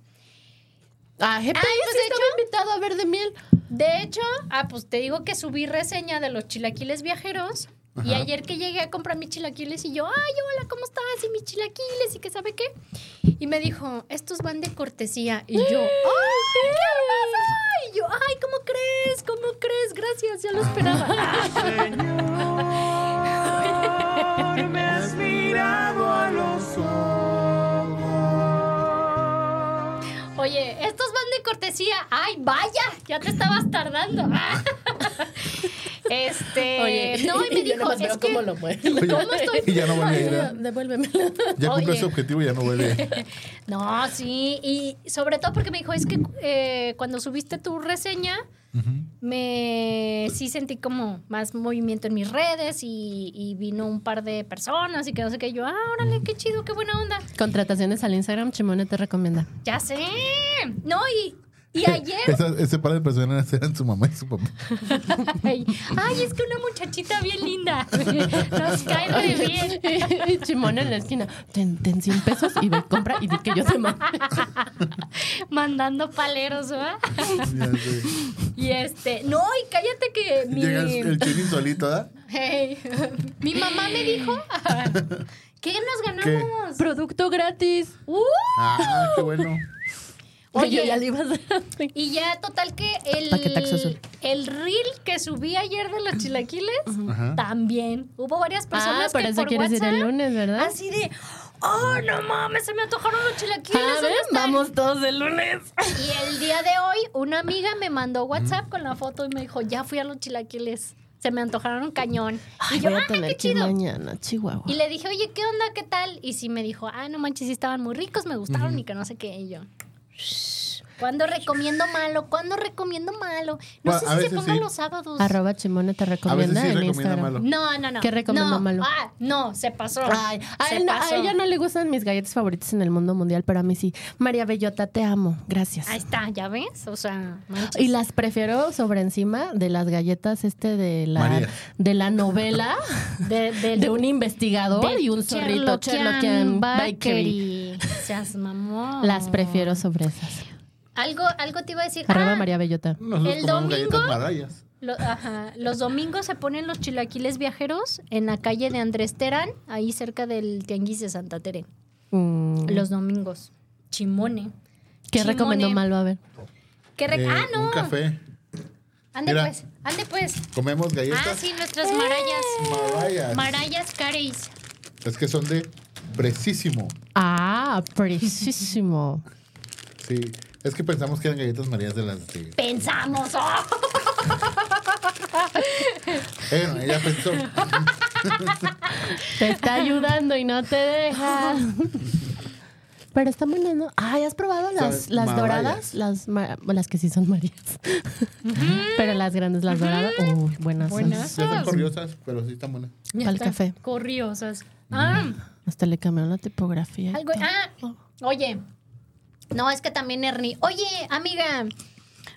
Speaker 4: Ah, GPI
Speaker 1: pues,
Speaker 4: sí
Speaker 1: de
Speaker 4: estaba
Speaker 1: hecho-
Speaker 4: invitado a ver de miel.
Speaker 1: De hecho, ah, pues te digo que subí reseña de los chilaquiles viajeros. Y
Speaker 2: Ajá.
Speaker 1: ayer que llegué a comprar mis chilaquiles y yo, ay, hola, ¿cómo estás? Y mis chilaquiles y que sabe qué. Y me dijo, estos van de cortesía. Y yo, ay, qué hermoso. Y yo, ay, ¿cómo crees? ¿Cómo crees? Gracias, ya lo esperaba. Oye, estos van de cortesía. Ay, vaya, ya te estabas tardando. este,
Speaker 7: Oye,
Speaker 1: no, y me
Speaker 7: yo
Speaker 1: dijo,
Speaker 7: nomás
Speaker 1: es
Speaker 7: veo
Speaker 1: que,
Speaker 7: cómo lo mueve.
Speaker 1: ¿cómo estoy?
Speaker 2: Y ya no vuelve a ir. ¿eh?
Speaker 7: Devuélvemelo.
Speaker 2: Ya cumple
Speaker 1: Oye.
Speaker 2: su objetivo y ya no vuelve.
Speaker 1: No, sí, y sobre todo porque me dijo, es que eh, cuando subiste tu reseña, me sí sentí como más movimiento en mis redes y, y vino un par de personas y que no sé qué, yo, ah, órale, qué chido, qué buena onda.
Speaker 4: Contrataciones al Instagram, Chimone te recomienda.
Speaker 1: Ya sé. No, y, y ayer,
Speaker 2: Esa- ese par de personas eran su mamá y su papá.
Speaker 1: ay, ay, es que una muchachita bien linda, nos cae re bien.
Speaker 4: Y Chimone en la esquina, ten, ten 100 pesos y ve, compra y di que yo te mando.
Speaker 1: Mandando paleros, ¿va?
Speaker 2: Ya sé.
Speaker 1: Y este, no, y cállate que mi...
Speaker 2: Llega el el chino solito, ¿ah?
Speaker 1: Hey, mi mamá me dijo que nos ganamos.
Speaker 4: Producto gratis.
Speaker 1: ¡Uh!
Speaker 2: Ah, qué bueno.
Speaker 1: Oye, Pues,
Speaker 7: Oye, ya le ibas a...
Speaker 1: y ya total que
Speaker 4: Paquetaxo azul.
Speaker 1: el, el reel que subí ayer de los chilaquiles
Speaker 2: Ajá.
Speaker 1: también hubo varias
Speaker 4: Ah,
Speaker 1: personas
Speaker 4: por
Speaker 1: que
Speaker 4: eso
Speaker 1: por
Speaker 4: quieres ir el
Speaker 1: WhatsApp,
Speaker 4: lunes, ¿verdad?
Speaker 1: así de oh no mames se me antojaron los chilaquiles
Speaker 4: Ah,
Speaker 1: ¿dónde
Speaker 4: ¿ven?
Speaker 1: están?"
Speaker 4: Vamos todos el lunes.
Speaker 1: y el día de hoy una amiga me mandó WhatsApp con la foto y me dijo ya fui a los chilaquiles se me antojaron cañón y
Speaker 4: Ay,
Speaker 1: yo
Speaker 4: voy a
Speaker 1: "Ah, qué
Speaker 4: tener que ir
Speaker 1: chido
Speaker 4: mañana, Chihuahua.
Speaker 1: Y le dije, oye, ¿qué onda? ¿Qué tal? Y sí me dijo, ah, no manches, sí estaban muy ricos, me gustaron y que no sé qué. Y yo, "Shh, ¿cuándo recomiendo malo? ¿Cuándo recomiendo malo? No
Speaker 2: Bueno,
Speaker 1: sé
Speaker 2: a
Speaker 1: si se
Speaker 2: veces
Speaker 1: pongan
Speaker 2: sí.
Speaker 1: los sábados.
Speaker 4: Arroba Chimone te
Speaker 2: A veces
Speaker 4: recomienda
Speaker 2: sí
Speaker 4: en
Speaker 2: recomienda
Speaker 4: Instagram.
Speaker 2: malo.
Speaker 1: No, no, no.
Speaker 4: ¿Qué recomienda
Speaker 1: no.
Speaker 4: malo?
Speaker 1: Ah, no, se pasó.
Speaker 4: Ay, a,
Speaker 1: Se
Speaker 4: él no- a
Speaker 1: pasó.
Speaker 4: ella no le gustan mis galletas favoritas en el mundo mundial, pero a mí sí. María Bellota, te amo. Gracias.
Speaker 1: Ahí está, ¿ya ves? O sea, manches.
Speaker 4: Y las prefiero sobre encima de las galletas este de la,
Speaker 2: María.
Speaker 4: de la novela
Speaker 1: de, del-
Speaker 4: de un investigador
Speaker 1: del
Speaker 4: y un zorrito
Speaker 1: Sherlockian
Speaker 4: Sherlockian Bakery.
Speaker 1: Bakery. Seas mamón.
Speaker 4: Las prefiero sobre esas.
Speaker 1: Algo, algo te iba a decir.
Speaker 4: Arroba
Speaker 1: Ah,
Speaker 4: María Bellota.
Speaker 2: Nosotros
Speaker 1: El
Speaker 2: tomamos
Speaker 1: domingo-
Speaker 2: galletas marayas.
Speaker 1: Lo- ajá. Los domingos se ponen los chilaquiles viajeros en la calle de Andrés Terán, ahí cerca del Tianguis de Santa Tere.
Speaker 4: Mm,
Speaker 1: Los domingos. Chimone.
Speaker 4: ¿Qué
Speaker 1: Chimone.
Speaker 4: recomendó Malo? A ver.
Speaker 1: ¿Qué rec-
Speaker 2: Eh,
Speaker 1: ah, no.
Speaker 2: Un café.
Speaker 1: Ande
Speaker 2: Mira.
Speaker 1: pues, ande pues.
Speaker 2: Comemos galletas
Speaker 1: Ah, sí, nuestras marayas.
Speaker 2: marayas.
Speaker 1: Marayas careis.
Speaker 2: Es que son de precisísimo.
Speaker 4: Ah, precisísimo.
Speaker 2: Sí. Es que pensamos que eran galletas marías de las de...
Speaker 1: Pensamos. ¡oh!
Speaker 2: Eh, no, ella pensó.
Speaker 4: Te está ayudando y no te deja. Pero está buena, ¿no? Ay, ¿has probado las,
Speaker 2: ¿Sabes?
Speaker 4: las
Speaker 2: Marayas.
Speaker 4: doradas? Las, ma- las que sí son marías. Pero las grandes, las doradas. Uy, buenas. son.
Speaker 1: Buenas.
Speaker 2: Ya están corriosas, pero sí están buenas.
Speaker 1: Ya
Speaker 4: Pa'l
Speaker 1: están
Speaker 4: café. Mm.
Speaker 1: Corriosas. Ah,
Speaker 4: Hasta le cambiaron la tipografía. y
Speaker 1: algo.
Speaker 4: todo.
Speaker 1: Ah, oye. No, es que también Ernie. Oye, amiga,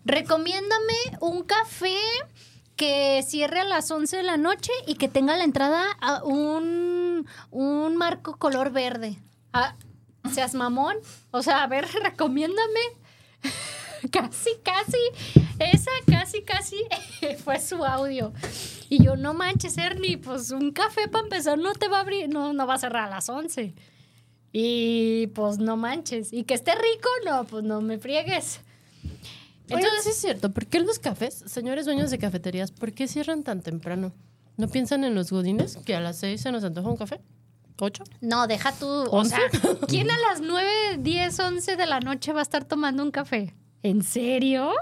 Speaker 1: recomiéndame un café que cierre a las 11 de la noche y que tenga a la entrada a un, un marco color verde. Ah, seas mamón. O sea, a ver, recomiéndame. Casi, casi. Esa casi, casi fue su audio. Y yo, no manches, Ernie, pues un café para empezar no te va a abrir, no, no va a cerrar a las 11. Y pues no manches. Y que esté rico, no, pues no me friegues.
Speaker 4: Oigan,
Speaker 1: Entonces,
Speaker 4: sí es cierto. ¿Por qué los cafés, señores dueños de cafeterías, por qué cierran tan temprano? ¿No piensan en los godines que a las seis se nos antoja un café? ¿Ocho?
Speaker 1: No, deja tú. O
Speaker 4: ¿Once?
Speaker 1: sea, ¿quién a las 9, 10, 11 de la noche va a estar tomando un café? ¿En serio?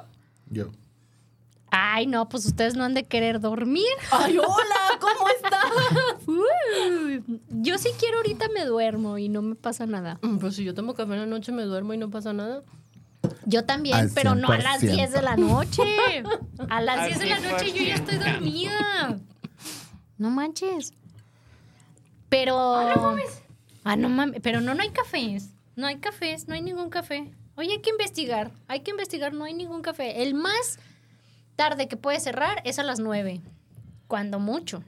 Speaker 2: Yo.
Speaker 1: Ay, no, pues ustedes no han de querer dormir.
Speaker 7: Ay, hola, ¿cómo estás?
Speaker 1: Uh, yo sí quiero ahorita me duermo y no me pasa nada.
Speaker 4: Mm, Pues si yo tomo café en la noche, me duermo y no pasa nada.
Speaker 1: Yo también,
Speaker 2: Al
Speaker 1: pero no a las
Speaker 2: 100%.
Speaker 1: 10 de la noche. A las 10 de la noche yo ya estoy dormida. No manches. Pero. Ah, no mames. Pero no, no hay cafés. No hay cafés, no hay ningún café. Hoy hay que investigar. Hay que investigar, no hay ningún café. El más tarde que puede cerrar es a las 9. Cuando mucho.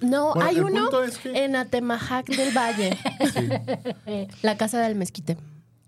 Speaker 4: No,
Speaker 2: Bueno,
Speaker 4: hay
Speaker 2: el
Speaker 4: uno
Speaker 2: punto es que-
Speaker 4: en Atemajac del Valle,
Speaker 2: Sí.
Speaker 4: la casa del mezquite.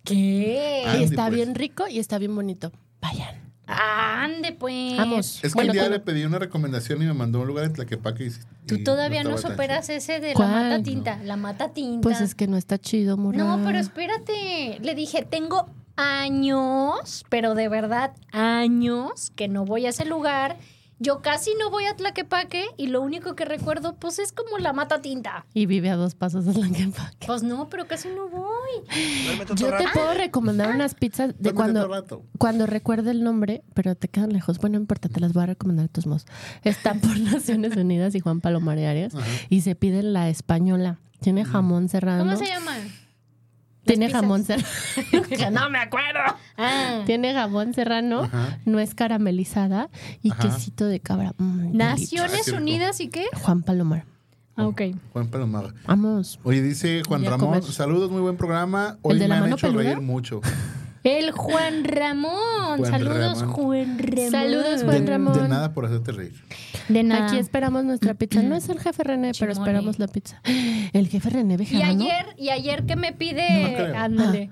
Speaker 1: ¿Qué?
Speaker 2: Ah,
Speaker 4: y
Speaker 2: sí,
Speaker 4: está
Speaker 2: pues.
Speaker 4: bien rico y está bien bonito. Vayan.
Speaker 1: Ande, pues.
Speaker 4: Vamos.
Speaker 2: Es que
Speaker 4: Bueno,
Speaker 2: un día
Speaker 4: ¿cómo?
Speaker 2: le pedí una recomendación y me mandó a un lugar en Tlaquepaque y...
Speaker 1: Tú
Speaker 2: y
Speaker 1: todavía no
Speaker 2: estaba tan
Speaker 1: superas
Speaker 2: chido.
Speaker 1: ese de
Speaker 4: ¿Cuál?
Speaker 1: la mata tinta. La mata tinta.
Speaker 4: Pues es que no está chido, Mora.
Speaker 1: No, pero espérate. Le dije, tengo años, pero de verdad, años que no voy a ese lugar. Yo casi no voy a Tlaquepaque y lo único que recuerdo, pues es como la mata tinta.
Speaker 4: Y vive a dos pasos de Tlaquepaque.
Speaker 1: Pues no, pero casi no voy.
Speaker 4: Yo te puedo recomendar unas pizzas de
Speaker 2: Duérmete
Speaker 4: cuando,
Speaker 2: otro rato.
Speaker 4: cuando recuerde el nombre, pero te quedan lejos. Bueno, no importa, te las voy a recomendar a tus modos. Están por Naciones Unidas y Juan Palomar y Arias y se piden la española. Tiene jamón serrano.
Speaker 1: ¿Cómo se llama?
Speaker 4: Tiene
Speaker 1: Las pizzas.
Speaker 4: jamón serrano. no me acuerdo.
Speaker 1: Ah,
Speaker 4: Tiene jamón serrano,
Speaker 2: Ajá.
Speaker 4: no es caramelizada y
Speaker 2: Ajá.
Speaker 4: quesito de cabra. Mm,
Speaker 1: Naciones
Speaker 2: Ah, qué rico.
Speaker 1: Unidas y qué?
Speaker 4: Juan Palomar.
Speaker 1: Ah, ok.
Speaker 2: Juan Palomar.
Speaker 4: Vamos.
Speaker 2: Oye, dice Juan
Speaker 4: Voy a
Speaker 2: Ramón,
Speaker 4: comer.
Speaker 2: saludos, muy buen programa. Hoy
Speaker 4: ¿El de
Speaker 2: me
Speaker 4: la
Speaker 2: han
Speaker 4: mano
Speaker 2: hecho
Speaker 4: peluda?
Speaker 2: reír mucho.
Speaker 1: El Juan Ramón.
Speaker 2: Juan
Speaker 1: Saludos,
Speaker 2: Ramón.
Speaker 1: Juan Ramón.
Speaker 4: Saludos,
Speaker 2: De,
Speaker 4: Juan Ramón.
Speaker 2: de nada por hacerte reír.
Speaker 1: De nada.
Speaker 4: Aquí esperamos nuestra pizza. No es el jefe René, pero
Speaker 1: Chimone.
Speaker 4: esperamos la pizza. El jefe René
Speaker 1: Y
Speaker 4: Bejarano.
Speaker 1: ayer, y ayer que me
Speaker 2: No
Speaker 1: pide.
Speaker 2: creo.
Speaker 1: ándale.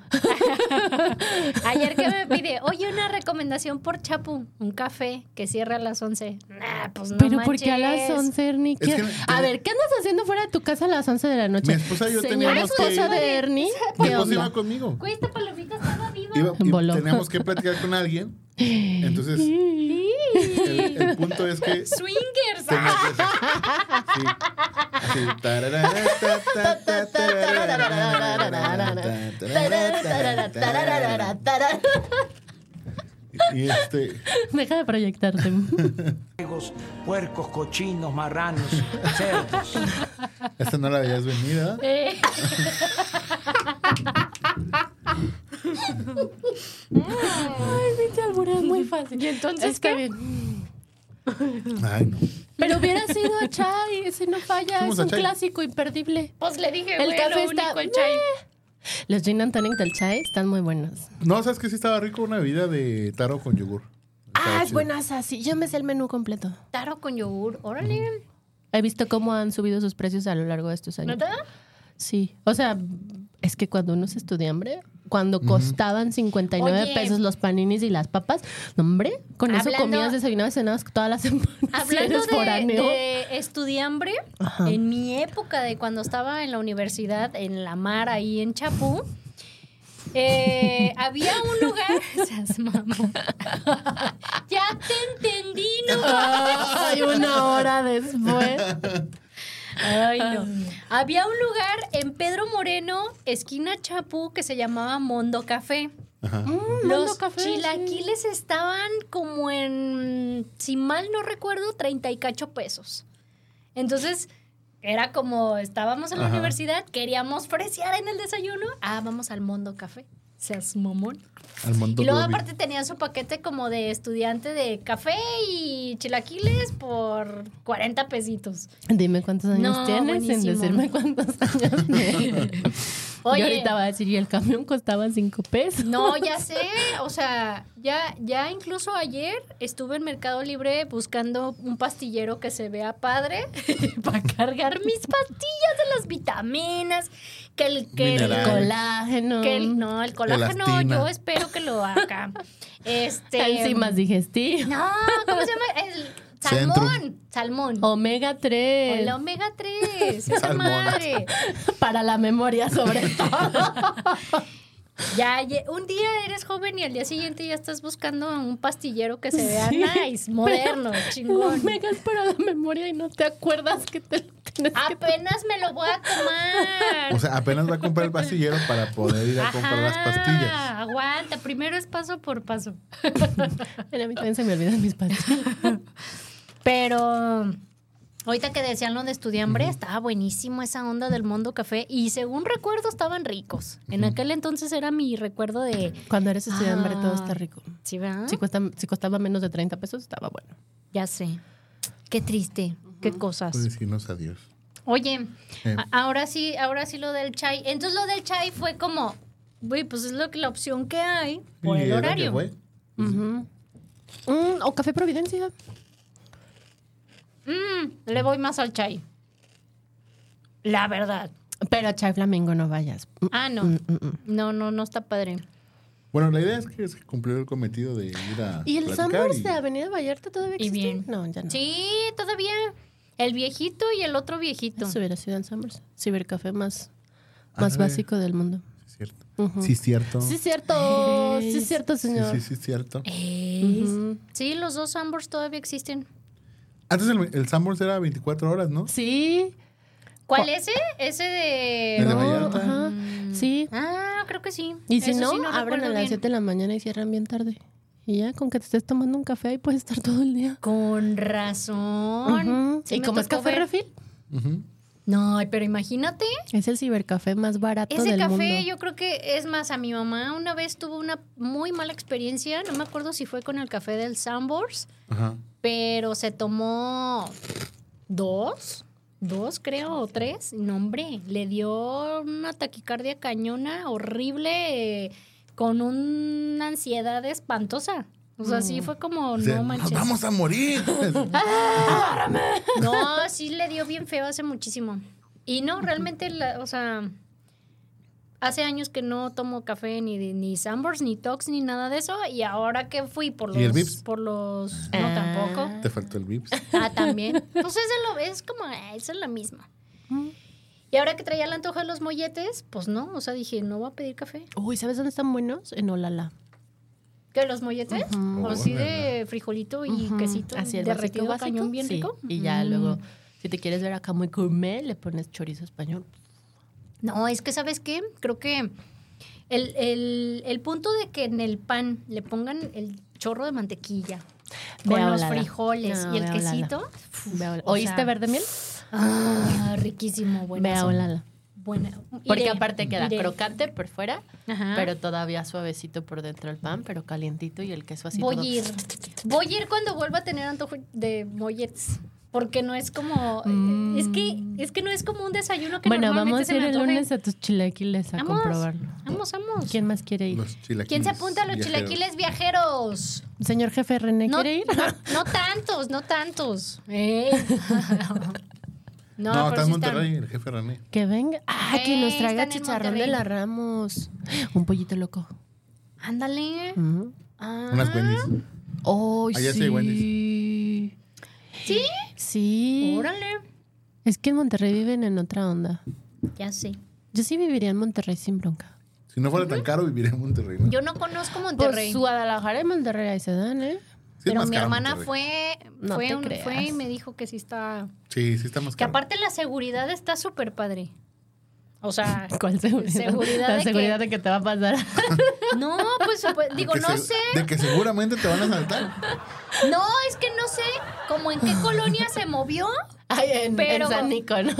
Speaker 1: ayer que me pide, oye, una recomendación por Chapu, un café que cierra a las 11. Nah, pues no.
Speaker 4: Pero ¿por qué a las
Speaker 1: manches.
Speaker 4: 11, Ernie?
Speaker 2: Es que-
Speaker 4: ¿Qué- a ver, ¿qué andas haciendo fuera de tu casa a las 11 de la noche?
Speaker 2: Mi esposa y yo
Speaker 4: Señora
Speaker 2: teníamos que
Speaker 4: esposa
Speaker 2: ir.
Speaker 4: de Ernie,
Speaker 2: Mi
Speaker 4: ¿qué
Speaker 2: esposa iba
Speaker 4: onda?
Speaker 2: conmigo.
Speaker 1: Güey, esta palomita estaba viva.
Speaker 2: Iba- y
Speaker 4: Voló.
Speaker 2: teníamos que platicar con alguien. Entonces, el, el punto es que.
Speaker 1: Swingers. Ah,
Speaker 2: tenías que- sí. Así, tararara, ta, ta, ta, tararara, tararara, tararara, tararara, tararara. Y este.
Speaker 4: Deja de proyectarte.
Speaker 8: Juegos, puercos, cochinos, marranos, cerdos.
Speaker 2: Esta este no la habías venida.
Speaker 1: Eh,
Speaker 4: muy fácil.
Speaker 1: y entonces,
Speaker 4: Está
Speaker 1: ¿qué?
Speaker 4: bien.
Speaker 2: Ay, no.
Speaker 4: Pero hubiera sido a Chai, ese no falla,
Speaker 2: Fuimos
Speaker 4: es
Speaker 2: a
Speaker 4: un
Speaker 2: Chai.
Speaker 4: clásico imperdible.
Speaker 1: Pues le dije,
Speaker 4: El
Speaker 1: güey,
Speaker 4: café
Speaker 1: lo único,
Speaker 4: está-
Speaker 1: el chai.
Speaker 4: Los gin and tonic del Chai están muy buenos.
Speaker 2: No, sabes que sí estaba rico una bebida de taro con yogur. Estaba
Speaker 4: Ah, es
Speaker 2: chido.
Speaker 4: buenas así. Yo me sé el menú completo.
Speaker 1: Taro con yogur, órale.
Speaker 4: He visto cómo han subido sus precios a lo largo de estos años.
Speaker 1: ¿Verdad?
Speaker 4: Sí, o sea, es que cuando uno se estudia hambre, cuando costaban 59
Speaker 1: Oye.
Speaker 4: pesos los paninis y las papas, no, hombre, con eso
Speaker 1: Hablando-
Speaker 4: comías, desayunabas, cenabas todas las semanas. si
Speaker 1: Hablando
Speaker 4: eres
Speaker 1: de,
Speaker 4: foráneo.
Speaker 1: de estudiambre, en mi época de cuando estaba en la universidad, en la mar, ahí en Chapú, eh, había un lugar. Seas mamón. ya te entendí, no.
Speaker 4: Ah, Ay, una hora después.
Speaker 1: Ay, no. Había un lugar en Pedro Moreno, esquina Chapú, que se llamaba Mondo Café.
Speaker 2: Ajá.
Speaker 1: Los
Speaker 4: Café,
Speaker 1: chilaquiles estaban como en, si mal no recuerdo, 30 y cacho pesos. Entonces, era como estábamos en la
Speaker 2: Ajá.
Speaker 1: universidad, queríamos fresear en el desayuno. Ah, vamos al Mondo Café. Seas mamón.
Speaker 2: Al montón
Speaker 1: Y luego,
Speaker 2: Gobi.
Speaker 1: aparte, tenían su paquete como de estudiante de café y chilaquiles por 40 pesitos.
Speaker 4: Dime cuántos años
Speaker 1: No,
Speaker 4: tienes
Speaker 1: buenísimo.
Speaker 4: sin decirme cuántos años tienes.
Speaker 1: Oye.
Speaker 4: Yo ahorita voy a decir, y el camión costaba 5 pesos.
Speaker 1: No, ya sé, o sea, ya, ya incluso ayer estuve en Mercado Libre buscando un pastillero que se vea padre para cargar mis pastillas de las vitaminas, que el, que el-
Speaker 2: Mineral.
Speaker 4: Colágeno.
Speaker 1: que el- no, el colágeno,
Speaker 2: Elastina.
Speaker 1: yo espero que lo haga. Este,
Speaker 4: Enzimas digestivas.
Speaker 1: No, ¿cómo se llama? El salmón, salmón.
Speaker 4: Oh. Omega 3.
Speaker 1: El omega 3, esa
Speaker 2: Salmón.
Speaker 1: madre.
Speaker 4: Para la memoria, sobre todo.
Speaker 1: Ya, ye- un día eres joven y al día siguiente ya estás buscando a un pastillero que se vea
Speaker 4: Sí.
Speaker 1: nice, moderno, chingón.
Speaker 4: Los megas para la memoria y no te acuerdas que te lo tienes que
Speaker 1: Apenas me lo voy a tomar.
Speaker 2: O sea, apenas va a comprar el pastillero para poder ir a comprar las pastillas.
Speaker 1: Ajá, Aguanta, primero es paso por paso.
Speaker 4: Ay, Ah, A mí también se me olvidan mis pastillas.
Speaker 1: Pero ahorita que decían lo de estudiambre, estaba buenísimo esa onda del mundo café y según recuerdo estaban ricos. En aquel entonces era mi recuerdo de...
Speaker 4: Cuando eres estudiante,
Speaker 1: Ah.
Speaker 4: todo está rico.
Speaker 1: ¿Sí, verdad?
Speaker 4: Si, cuesta- si costaba menos de 30 pesos, estaba bueno.
Speaker 1: Ya sé. Qué triste, qué cosas.
Speaker 2: Puedes decirnos adiós.
Speaker 1: Oye,
Speaker 2: Eh.
Speaker 1: a- ahora sí, ahora sí lo del chai. Entonces lo del chai fue como, güey, pues es lo que la opción que hay por
Speaker 2: Y
Speaker 1: el
Speaker 2: era
Speaker 1: horario.
Speaker 2: que fue.
Speaker 4: Mm, o Café Providencia.
Speaker 1: Mm, le voy más al chai. La verdad.
Speaker 4: Pero a Chai Flamingo no vayas.
Speaker 1: Ah, no.
Speaker 4: Mm, mm, mm.
Speaker 1: No, no, no está padre.
Speaker 2: Bueno, la idea es que se cumplió el cometido de ir a.
Speaker 4: ¿Y el
Speaker 2: platicar
Speaker 4: Sambors
Speaker 2: y-
Speaker 4: de Avenida Vallarta todavía
Speaker 1: Y
Speaker 4: existe?
Speaker 1: bien.
Speaker 4: No, ya no.
Speaker 1: Sí, todavía. El viejito y el otro viejito.
Speaker 4: Eso hubiera sido el Sambors. Cibercafé más,
Speaker 2: Ah,
Speaker 4: más
Speaker 2: sí.
Speaker 4: básico del mundo.
Speaker 2: Sí, cierto.
Speaker 4: Ujú.
Speaker 2: Sí, cierto.
Speaker 4: Sí, es cierto. Sí, es cierto,
Speaker 2: Sí,
Speaker 4: señor.
Speaker 2: sí, sí, cierto.
Speaker 1: Eh. Ey. Sí, los dos Ambers todavía existen.
Speaker 2: Antes el, el Sambors era 24 horas, ¿no?
Speaker 4: Sí.
Speaker 1: ¿Cuál ese? Ese de.
Speaker 2: El de
Speaker 4: no,
Speaker 2: Vallarta.
Speaker 4: ajá, Sí.
Speaker 1: Ah, creo que sí.
Speaker 4: Y si
Speaker 1: Eso
Speaker 4: no,
Speaker 1: sí
Speaker 4: abren
Speaker 1: recuerdo
Speaker 4: a las
Speaker 1: bien.
Speaker 4: 7 de la mañana y cierran bien tarde. Y ya, con que te estés tomando un café ahí puedes estar todo el día.
Speaker 1: Con razón.
Speaker 4: Ujú.
Speaker 1: Sí
Speaker 4: y
Speaker 1: me
Speaker 4: como es
Speaker 1: tocó
Speaker 4: café
Speaker 1: ver-
Speaker 4: refil,
Speaker 2: Ujú.
Speaker 1: No, pero imagínate.
Speaker 4: es el cibercafé más barato
Speaker 1: Ese
Speaker 4: del
Speaker 1: café
Speaker 4: mundo.
Speaker 1: yo creo que es más a mi mamá. Una vez tuvo una muy mala experiencia. No me acuerdo si fue con el café del Sambors,
Speaker 2: Ajá.
Speaker 1: pero se tomó dos, dos creo, o tres. No, hombre, le dio una taquicardia cañona horrible eh, con una ansiedad espantosa. O sea, sí fue como,
Speaker 2: O sea,
Speaker 1: no
Speaker 2: ¡Nos
Speaker 1: manches.
Speaker 2: vamos a morir!
Speaker 1: No, sí le dio bien feo hace muchísimo. Y no, realmente, la- o sea, hace años que no tomo café ni de- ni Sambors, ni Tox, ni nada de eso. Y ahora que fui por
Speaker 2: ¿Y el
Speaker 1: los.
Speaker 2: Vips?
Speaker 1: Por los. No,
Speaker 4: Ah.
Speaker 1: tampoco.
Speaker 2: Te faltó el Vips.
Speaker 1: Ah, también. Pues eso lo, es como, ah, eso es la misma.
Speaker 2: Mm.
Speaker 1: Y ahora que traía el antojo de los molletes, pues no, o sea, dije, no voy a pedir café.
Speaker 4: Uy, ¿sabes dónde están buenos? En Olala.
Speaker 1: ¿Que los molletes? O sí de frijolito y quesito
Speaker 4: Así el
Speaker 1: derretido
Speaker 4: básico, básico,
Speaker 1: cañón bien
Speaker 4: sí.
Speaker 1: rico.
Speaker 4: Y ya
Speaker 1: Mm.
Speaker 4: luego, si te quieres ver acá muy gourmet, le pones chorizo español.
Speaker 1: No, es que, ¿sabes qué? Creo que el, el- el punto de que en el pan le pongan el chorro de mantequilla
Speaker 4: Ve
Speaker 1: con
Speaker 4: a
Speaker 1: los
Speaker 4: Olala.
Speaker 1: frijoles
Speaker 4: No,
Speaker 1: y
Speaker 4: ve
Speaker 1: el
Speaker 4: a Olala.
Speaker 1: quesito.
Speaker 4: Ve a Olala.
Speaker 1: o
Speaker 4: ¿Oíste
Speaker 1: sea,
Speaker 4: verde miel?
Speaker 1: Ah, riquísimo, bueno.
Speaker 4: Ve a Olala.
Speaker 1: Buena.
Speaker 4: Porque
Speaker 1: Iré,
Speaker 4: aparte queda
Speaker 1: iré.
Speaker 4: crocante por fuera,
Speaker 1: Ajá.
Speaker 4: pero todavía suavecito por dentro el pan, pero calientito y el queso así
Speaker 1: Voy a
Speaker 4: todo.
Speaker 1: ir. Voy a ir cuando vuelva a tener antojo de molletes. Porque no es como. eh,
Speaker 4: Mm.
Speaker 1: Es que es que no es como un desayuno que
Speaker 4: Bueno,
Speaker 1: normalmente
Speaker 4: vamos a
Speaker 1: se
Speaker 4: ir
Speaker 1: me
Speaker 4: el
Speaker 1: antoje.
Speaker 4: lunes a tus chilaquiles a
Speaker 1: Vamos,
Speaker 4: comprobarlo.
Speaker 1: Vamos, vamos.
Speaker 4: ¿Quién más quiere ir?
Speaker 2: Los chilaquiles.
Speaker 1: ¿Quién se apunta a los
Speaker 2: viajeros.
Speaker 1: chilaquiles viajeros?
Speaker 4: Señor jefe René,
Speaker 1: No,
Speaker 4: ¿quiere ir?
Speaker 1: no- no tantos, no tantos.
Speaker 2: No,
Speaker 1: No, pero
Speaker 2: está
Speaker 1: sí
Speaker 2: en
Speaker 1: están.
Speaker 2: Monterrey, el jefe René.
Speaker 4: Que venga. Ah, que
Speaker 1: Eh,
Speaker 4: nos
Speaker 1: están
Speaker 4: traiga
Speaker 1: en
Speaker 4: chicharrón de
Speaker 1: Monterrey.
Speaker 4: la Ramos. Un pollito loco.
Speaker 1: Ándale.
Speaker 4: Mm. Oh,
Speaker 1: Ah.
Speaker 2: Unas Wendy's.
Speaker 4: Ay,
Speaker 2: Allá sí hay
Speaker 4: sí.
Speaker 1: Sí.
Speaker 4: Sí.
Speaker 1: Órale.
Speaker 4: Es que en Monterrey viven en otra onda.
Speaker 1: Ya sé.
Speaker 4: Yo sí viviría en Monterrey sin bronca.
Speaker 2: Si no fuera tan caro, viviría en Monterrey. ¿no?
Speaker 1: Yo no conozco Monterrey.
Speaker 4: Pues Guadalajara y Monterrey ahí se dan, ¿eh?
Speaker 2: Sí, es
Speaker 1: pero
Speaker 2: más
Speaker 1: mi
Speaker 2: caro
Speaker 1: hermana
Speaker 2: Monterrey.
Speaker 1: fue,
Speaker 4: No
Speaker 1: fue,
Speaker 4: te
Speaker 1: un-
Speaker 4: creas.
Speaker 1: fue y me dijo que sí está.
Speaker 2: Sí, sí está más
Speaker 1: Que
Speaker 2: caro.
Speaker 1: aparte la seguridad está súper padre. O sea,
Speaker 4: ¿Cuál seguridad?
Speaker 1: Seguridad
Speaker 4: la
Speaker 1: de
Speaker 4: seguridad de que te va a pasar.
Speaker 1: no, pues supo-
Speaker 2: De
Speaker 1: digo,
Speaker 2: que
Speaker 1: no
Speaker 2: se-
Speaker 1: sé.
Speaker 2: De que seguramente te van a saltar.
Speaker 1: No, es que no sé como en qué colonia se movió.
Speaker 4: Ay, en,
Speaker 1: Pero-
Speaker 4: en San Nico, ¿no?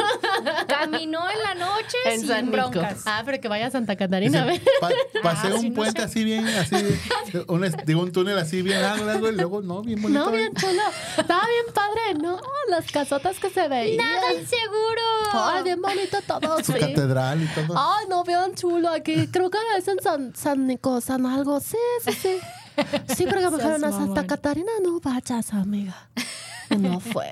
Speaker 1: Caminó en la noche
Speaker 4: en
Speaker 1: sin
Speaker 4: San Nico.
Speaker 1: broncas.
Speaker 4: Ah, pero que vaya a Santa Catarina, a ver.
Speaker 2: Pa- pasé
Speaker 1: Ah, sí,
Speaker 2: un
Speaker 1: no
Speaker 2: puente
Speaker 1: sé.
Speaker 2: así bien, así. un, es- digo, un túnel así bien largo, y luego, no, bien bonito.
Speaker 4: No, bien chulo. Estaba bien padre, ¿no? Oh, Las casotas que se veían.
Speaker 1: Nada inseguro.
Speaker 4: Ay, bien bonito todo,
Speaker 2: Su
Speaker 4: sí.
Speaker 2: Pues, catedral y todo.
Speaker 1: Ah,
Speaker 4: Ay, no, vean chulo aquí. Creo que es en San, San Nico, San algo. Sí, sí, sí. Sí, pero que me dijeron a Santa Catarina, no vayas, amiga. Y No fue.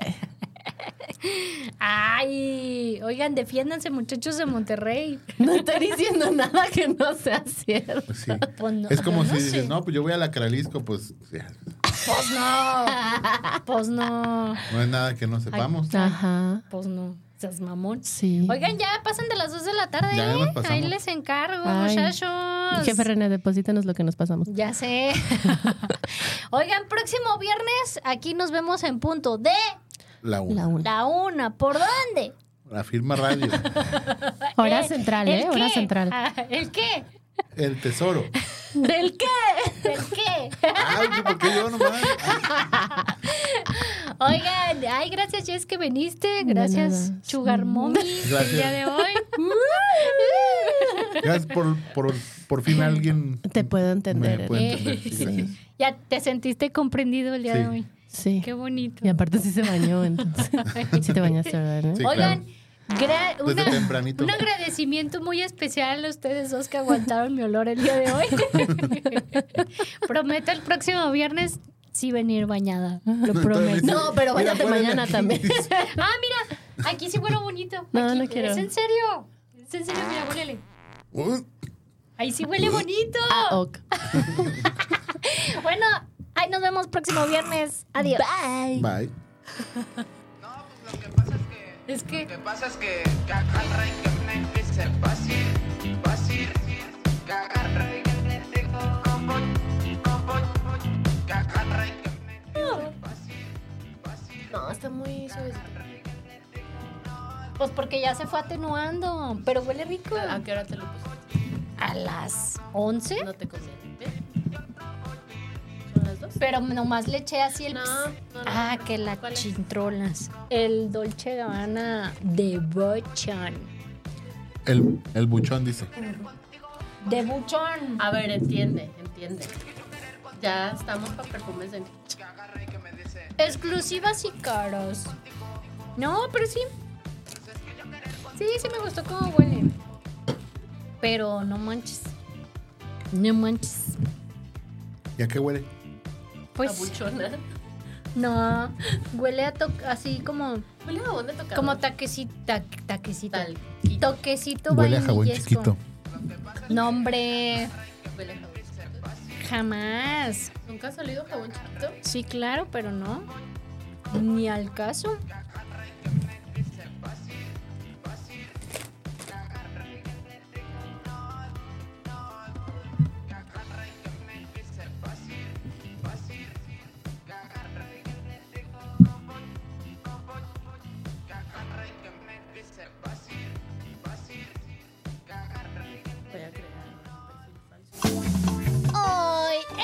Speaker 1: Ay, oigan, defiéndanse muchachos de Monterrey.
Speaker 4: No estoy diciendo nada que no sea cierto.
Speaker 2: Pues sí.
Speaker 1: Pues no,
Speaker 2: es como
Speaker 1: pues no
Speaker 2: si dices,
Speaker 1: sé.
Speaker 2: no, pues yo voy a la Caralisco, pues ya,
Speaker 1: Pues no. Pues no.
Speaker 2: no es nada que no sepamos.
Speaker 4: Ajá.
Speaker 1: Pues no. Seas mamón.
Speaker 4: Sí.
Speaker 1: Oigan, ya pasan de las 2 de la tarde.
Speaker 2: Ya
Speaker 1: ¿eh?
Speaker 2: nos pasamos.
Speaker 1: Ahí les encargo,
Speaker 4: Ay.
Speaker 1: muchachos.
Speaker 4: Jefe René, deposítanos lo que nos pasamos.
Speaker 1: Ya sé. Oigan, próximo viernes aquí nos vemos en punto de
Speaker 2: La U.
Speaker 4: La
Speaker 2: La,
Speaker 4: una.
Speaker 1: la una. ¿Por dónde?
Speaker 2: firma radio.
Speaker 4: Hora
Speaker 1: Eh,
Speaker 4: central,
Speaker 1: ¿el
Speaker 4: ¿eh? Hora
Speaker 1: qué?
Speaker 4: central.
Speaker 1: Ah, ¿El qué?
Speaker 2: El tesoro.
Speaker 4: ¿Del qué?
Speaker 1: ¿El qué?
Speaker 2: Ay, ¿por qué yo nomás?
Speaker 1: Oigan, ay, gracias Jess que viniste, gracias
Speaker 4: nada.
Speaker 1: Sugar Mommy el
Speaker 2: Gracias.
Speaker 1: día de hoy. Uh.
Speaker 2: Gracias por, por, por fin alguien.
Speaker 4: Te puedo entender.
Speaker 2: Me puede entender.
Speaker 1: Eh,
Speaker 2: Sí,
Speaker 1: sí.
Speaker 2: gracias.
Speaker 1: ya te sentiste comprendido el día
Speaker 2: Sí.
Speaker 1: de hoy.
Speaker 4: Sí.
Speaker 1: Qué bonito.
Speaker 4: Y aparte sí se bañó, entonces. Sí te bañaste, ¿verdad? no?
Speaker 2: Sí,
Speaker 1: Oigan, gra-
Speaker 2: Desde
Speaker 1: una-
Speaker 2: tempranito.
Speaker 1: un agradecimiento muy especial a ustedes dos que aguantaron mi olor el día de hoy. Prometo el próximo viernes sí venir bañada. Lo prometo.
Speaker 2: Entonces,
Speaker 4: No, pero
Speaker 2: mira,
Speaker 4: bañate
Speaker 2: fuera de
Speaker 4: mañana
Speaker 2: aquí.
Speaker 4: también.
Speaker 1: Ah, mira, aquí sí huele bonito.
Speaker 4: No,
Speaker 1: Aquí-
Speaker 4: no quiero.
Speaker 1: Es en serio. Es en serio, mira, huélele.
Speaker 2: Uy,
Speaker 1: Ahí sí huele bonito.
Speaker 4: Ah, ok.
Speaker 1: Bueno, ahí nos vemos próximo viernes. Adiós.
Speaker 2: Bye.
Speaker 1: Es que
Speaker 10: pasa es que que agarra y que me empiece a pasir, pasir, que agarra y que me empiece a copo- copo- que agarra y que me empiece a pasir, pasir,
Speaker 4: No, está muy suavecito.
Speaker 1: Pues porque ya se fue atenuando, pero huele rico.
Speaker 4: ¿A qué hora te lo puse?
Speaker 1: A las 11,
Speaker 4: No te consentiste. ¿Son las dos?
Speaker 1: pero nomás le eché así el...
Speaker 4: No,
Speaker 1: ps-
Speaker 4: no, no.
Speaker 1: Ah, que la
Speaker 4: ¿Cuál es?
Speaker 1: chintrolas. El Dolce Gabbana de Buchon.
Speaker 2: El, el buchón dice.
Speaker 1: De Buchon.
Speaker 4: A ver, entiende, entiende. Ya estamos para perfumes de nicho.
Speaker 10: que agarra y que me dice,
Speaker 1: Exclusivas y caros. No, pero sí. Sí, sí me gustó cómo huele. Pero no manches. No manches.
Speaker 2: ¿Y a qué huele?
Speaker 4: La
Speaker 1: Pues
Speaker 4: buchona.
Speaker 1: no. Huele a to- así como
Speaker 4: Huele a jabón de tocador.
Speaker 1: como taquecito, taquecito.
Speaker 4: Talquito.
Speaker 1: Toquecito
Speaker 2: huele a jabón
Speaker 1: vainillesco.
Speaker 2: chiquito.
Speaker 1: No, hombre,
Speaker 4: Huele a jabón chiquito.
Speaker 1: jamás.
Speaker 4: ¿Nunca ha salido jabón chiquito?
Speaker 1: Sí, claro, pero no. Ni al caso.
Speaker 4: Voy a crear.
Speaker 1: Hoy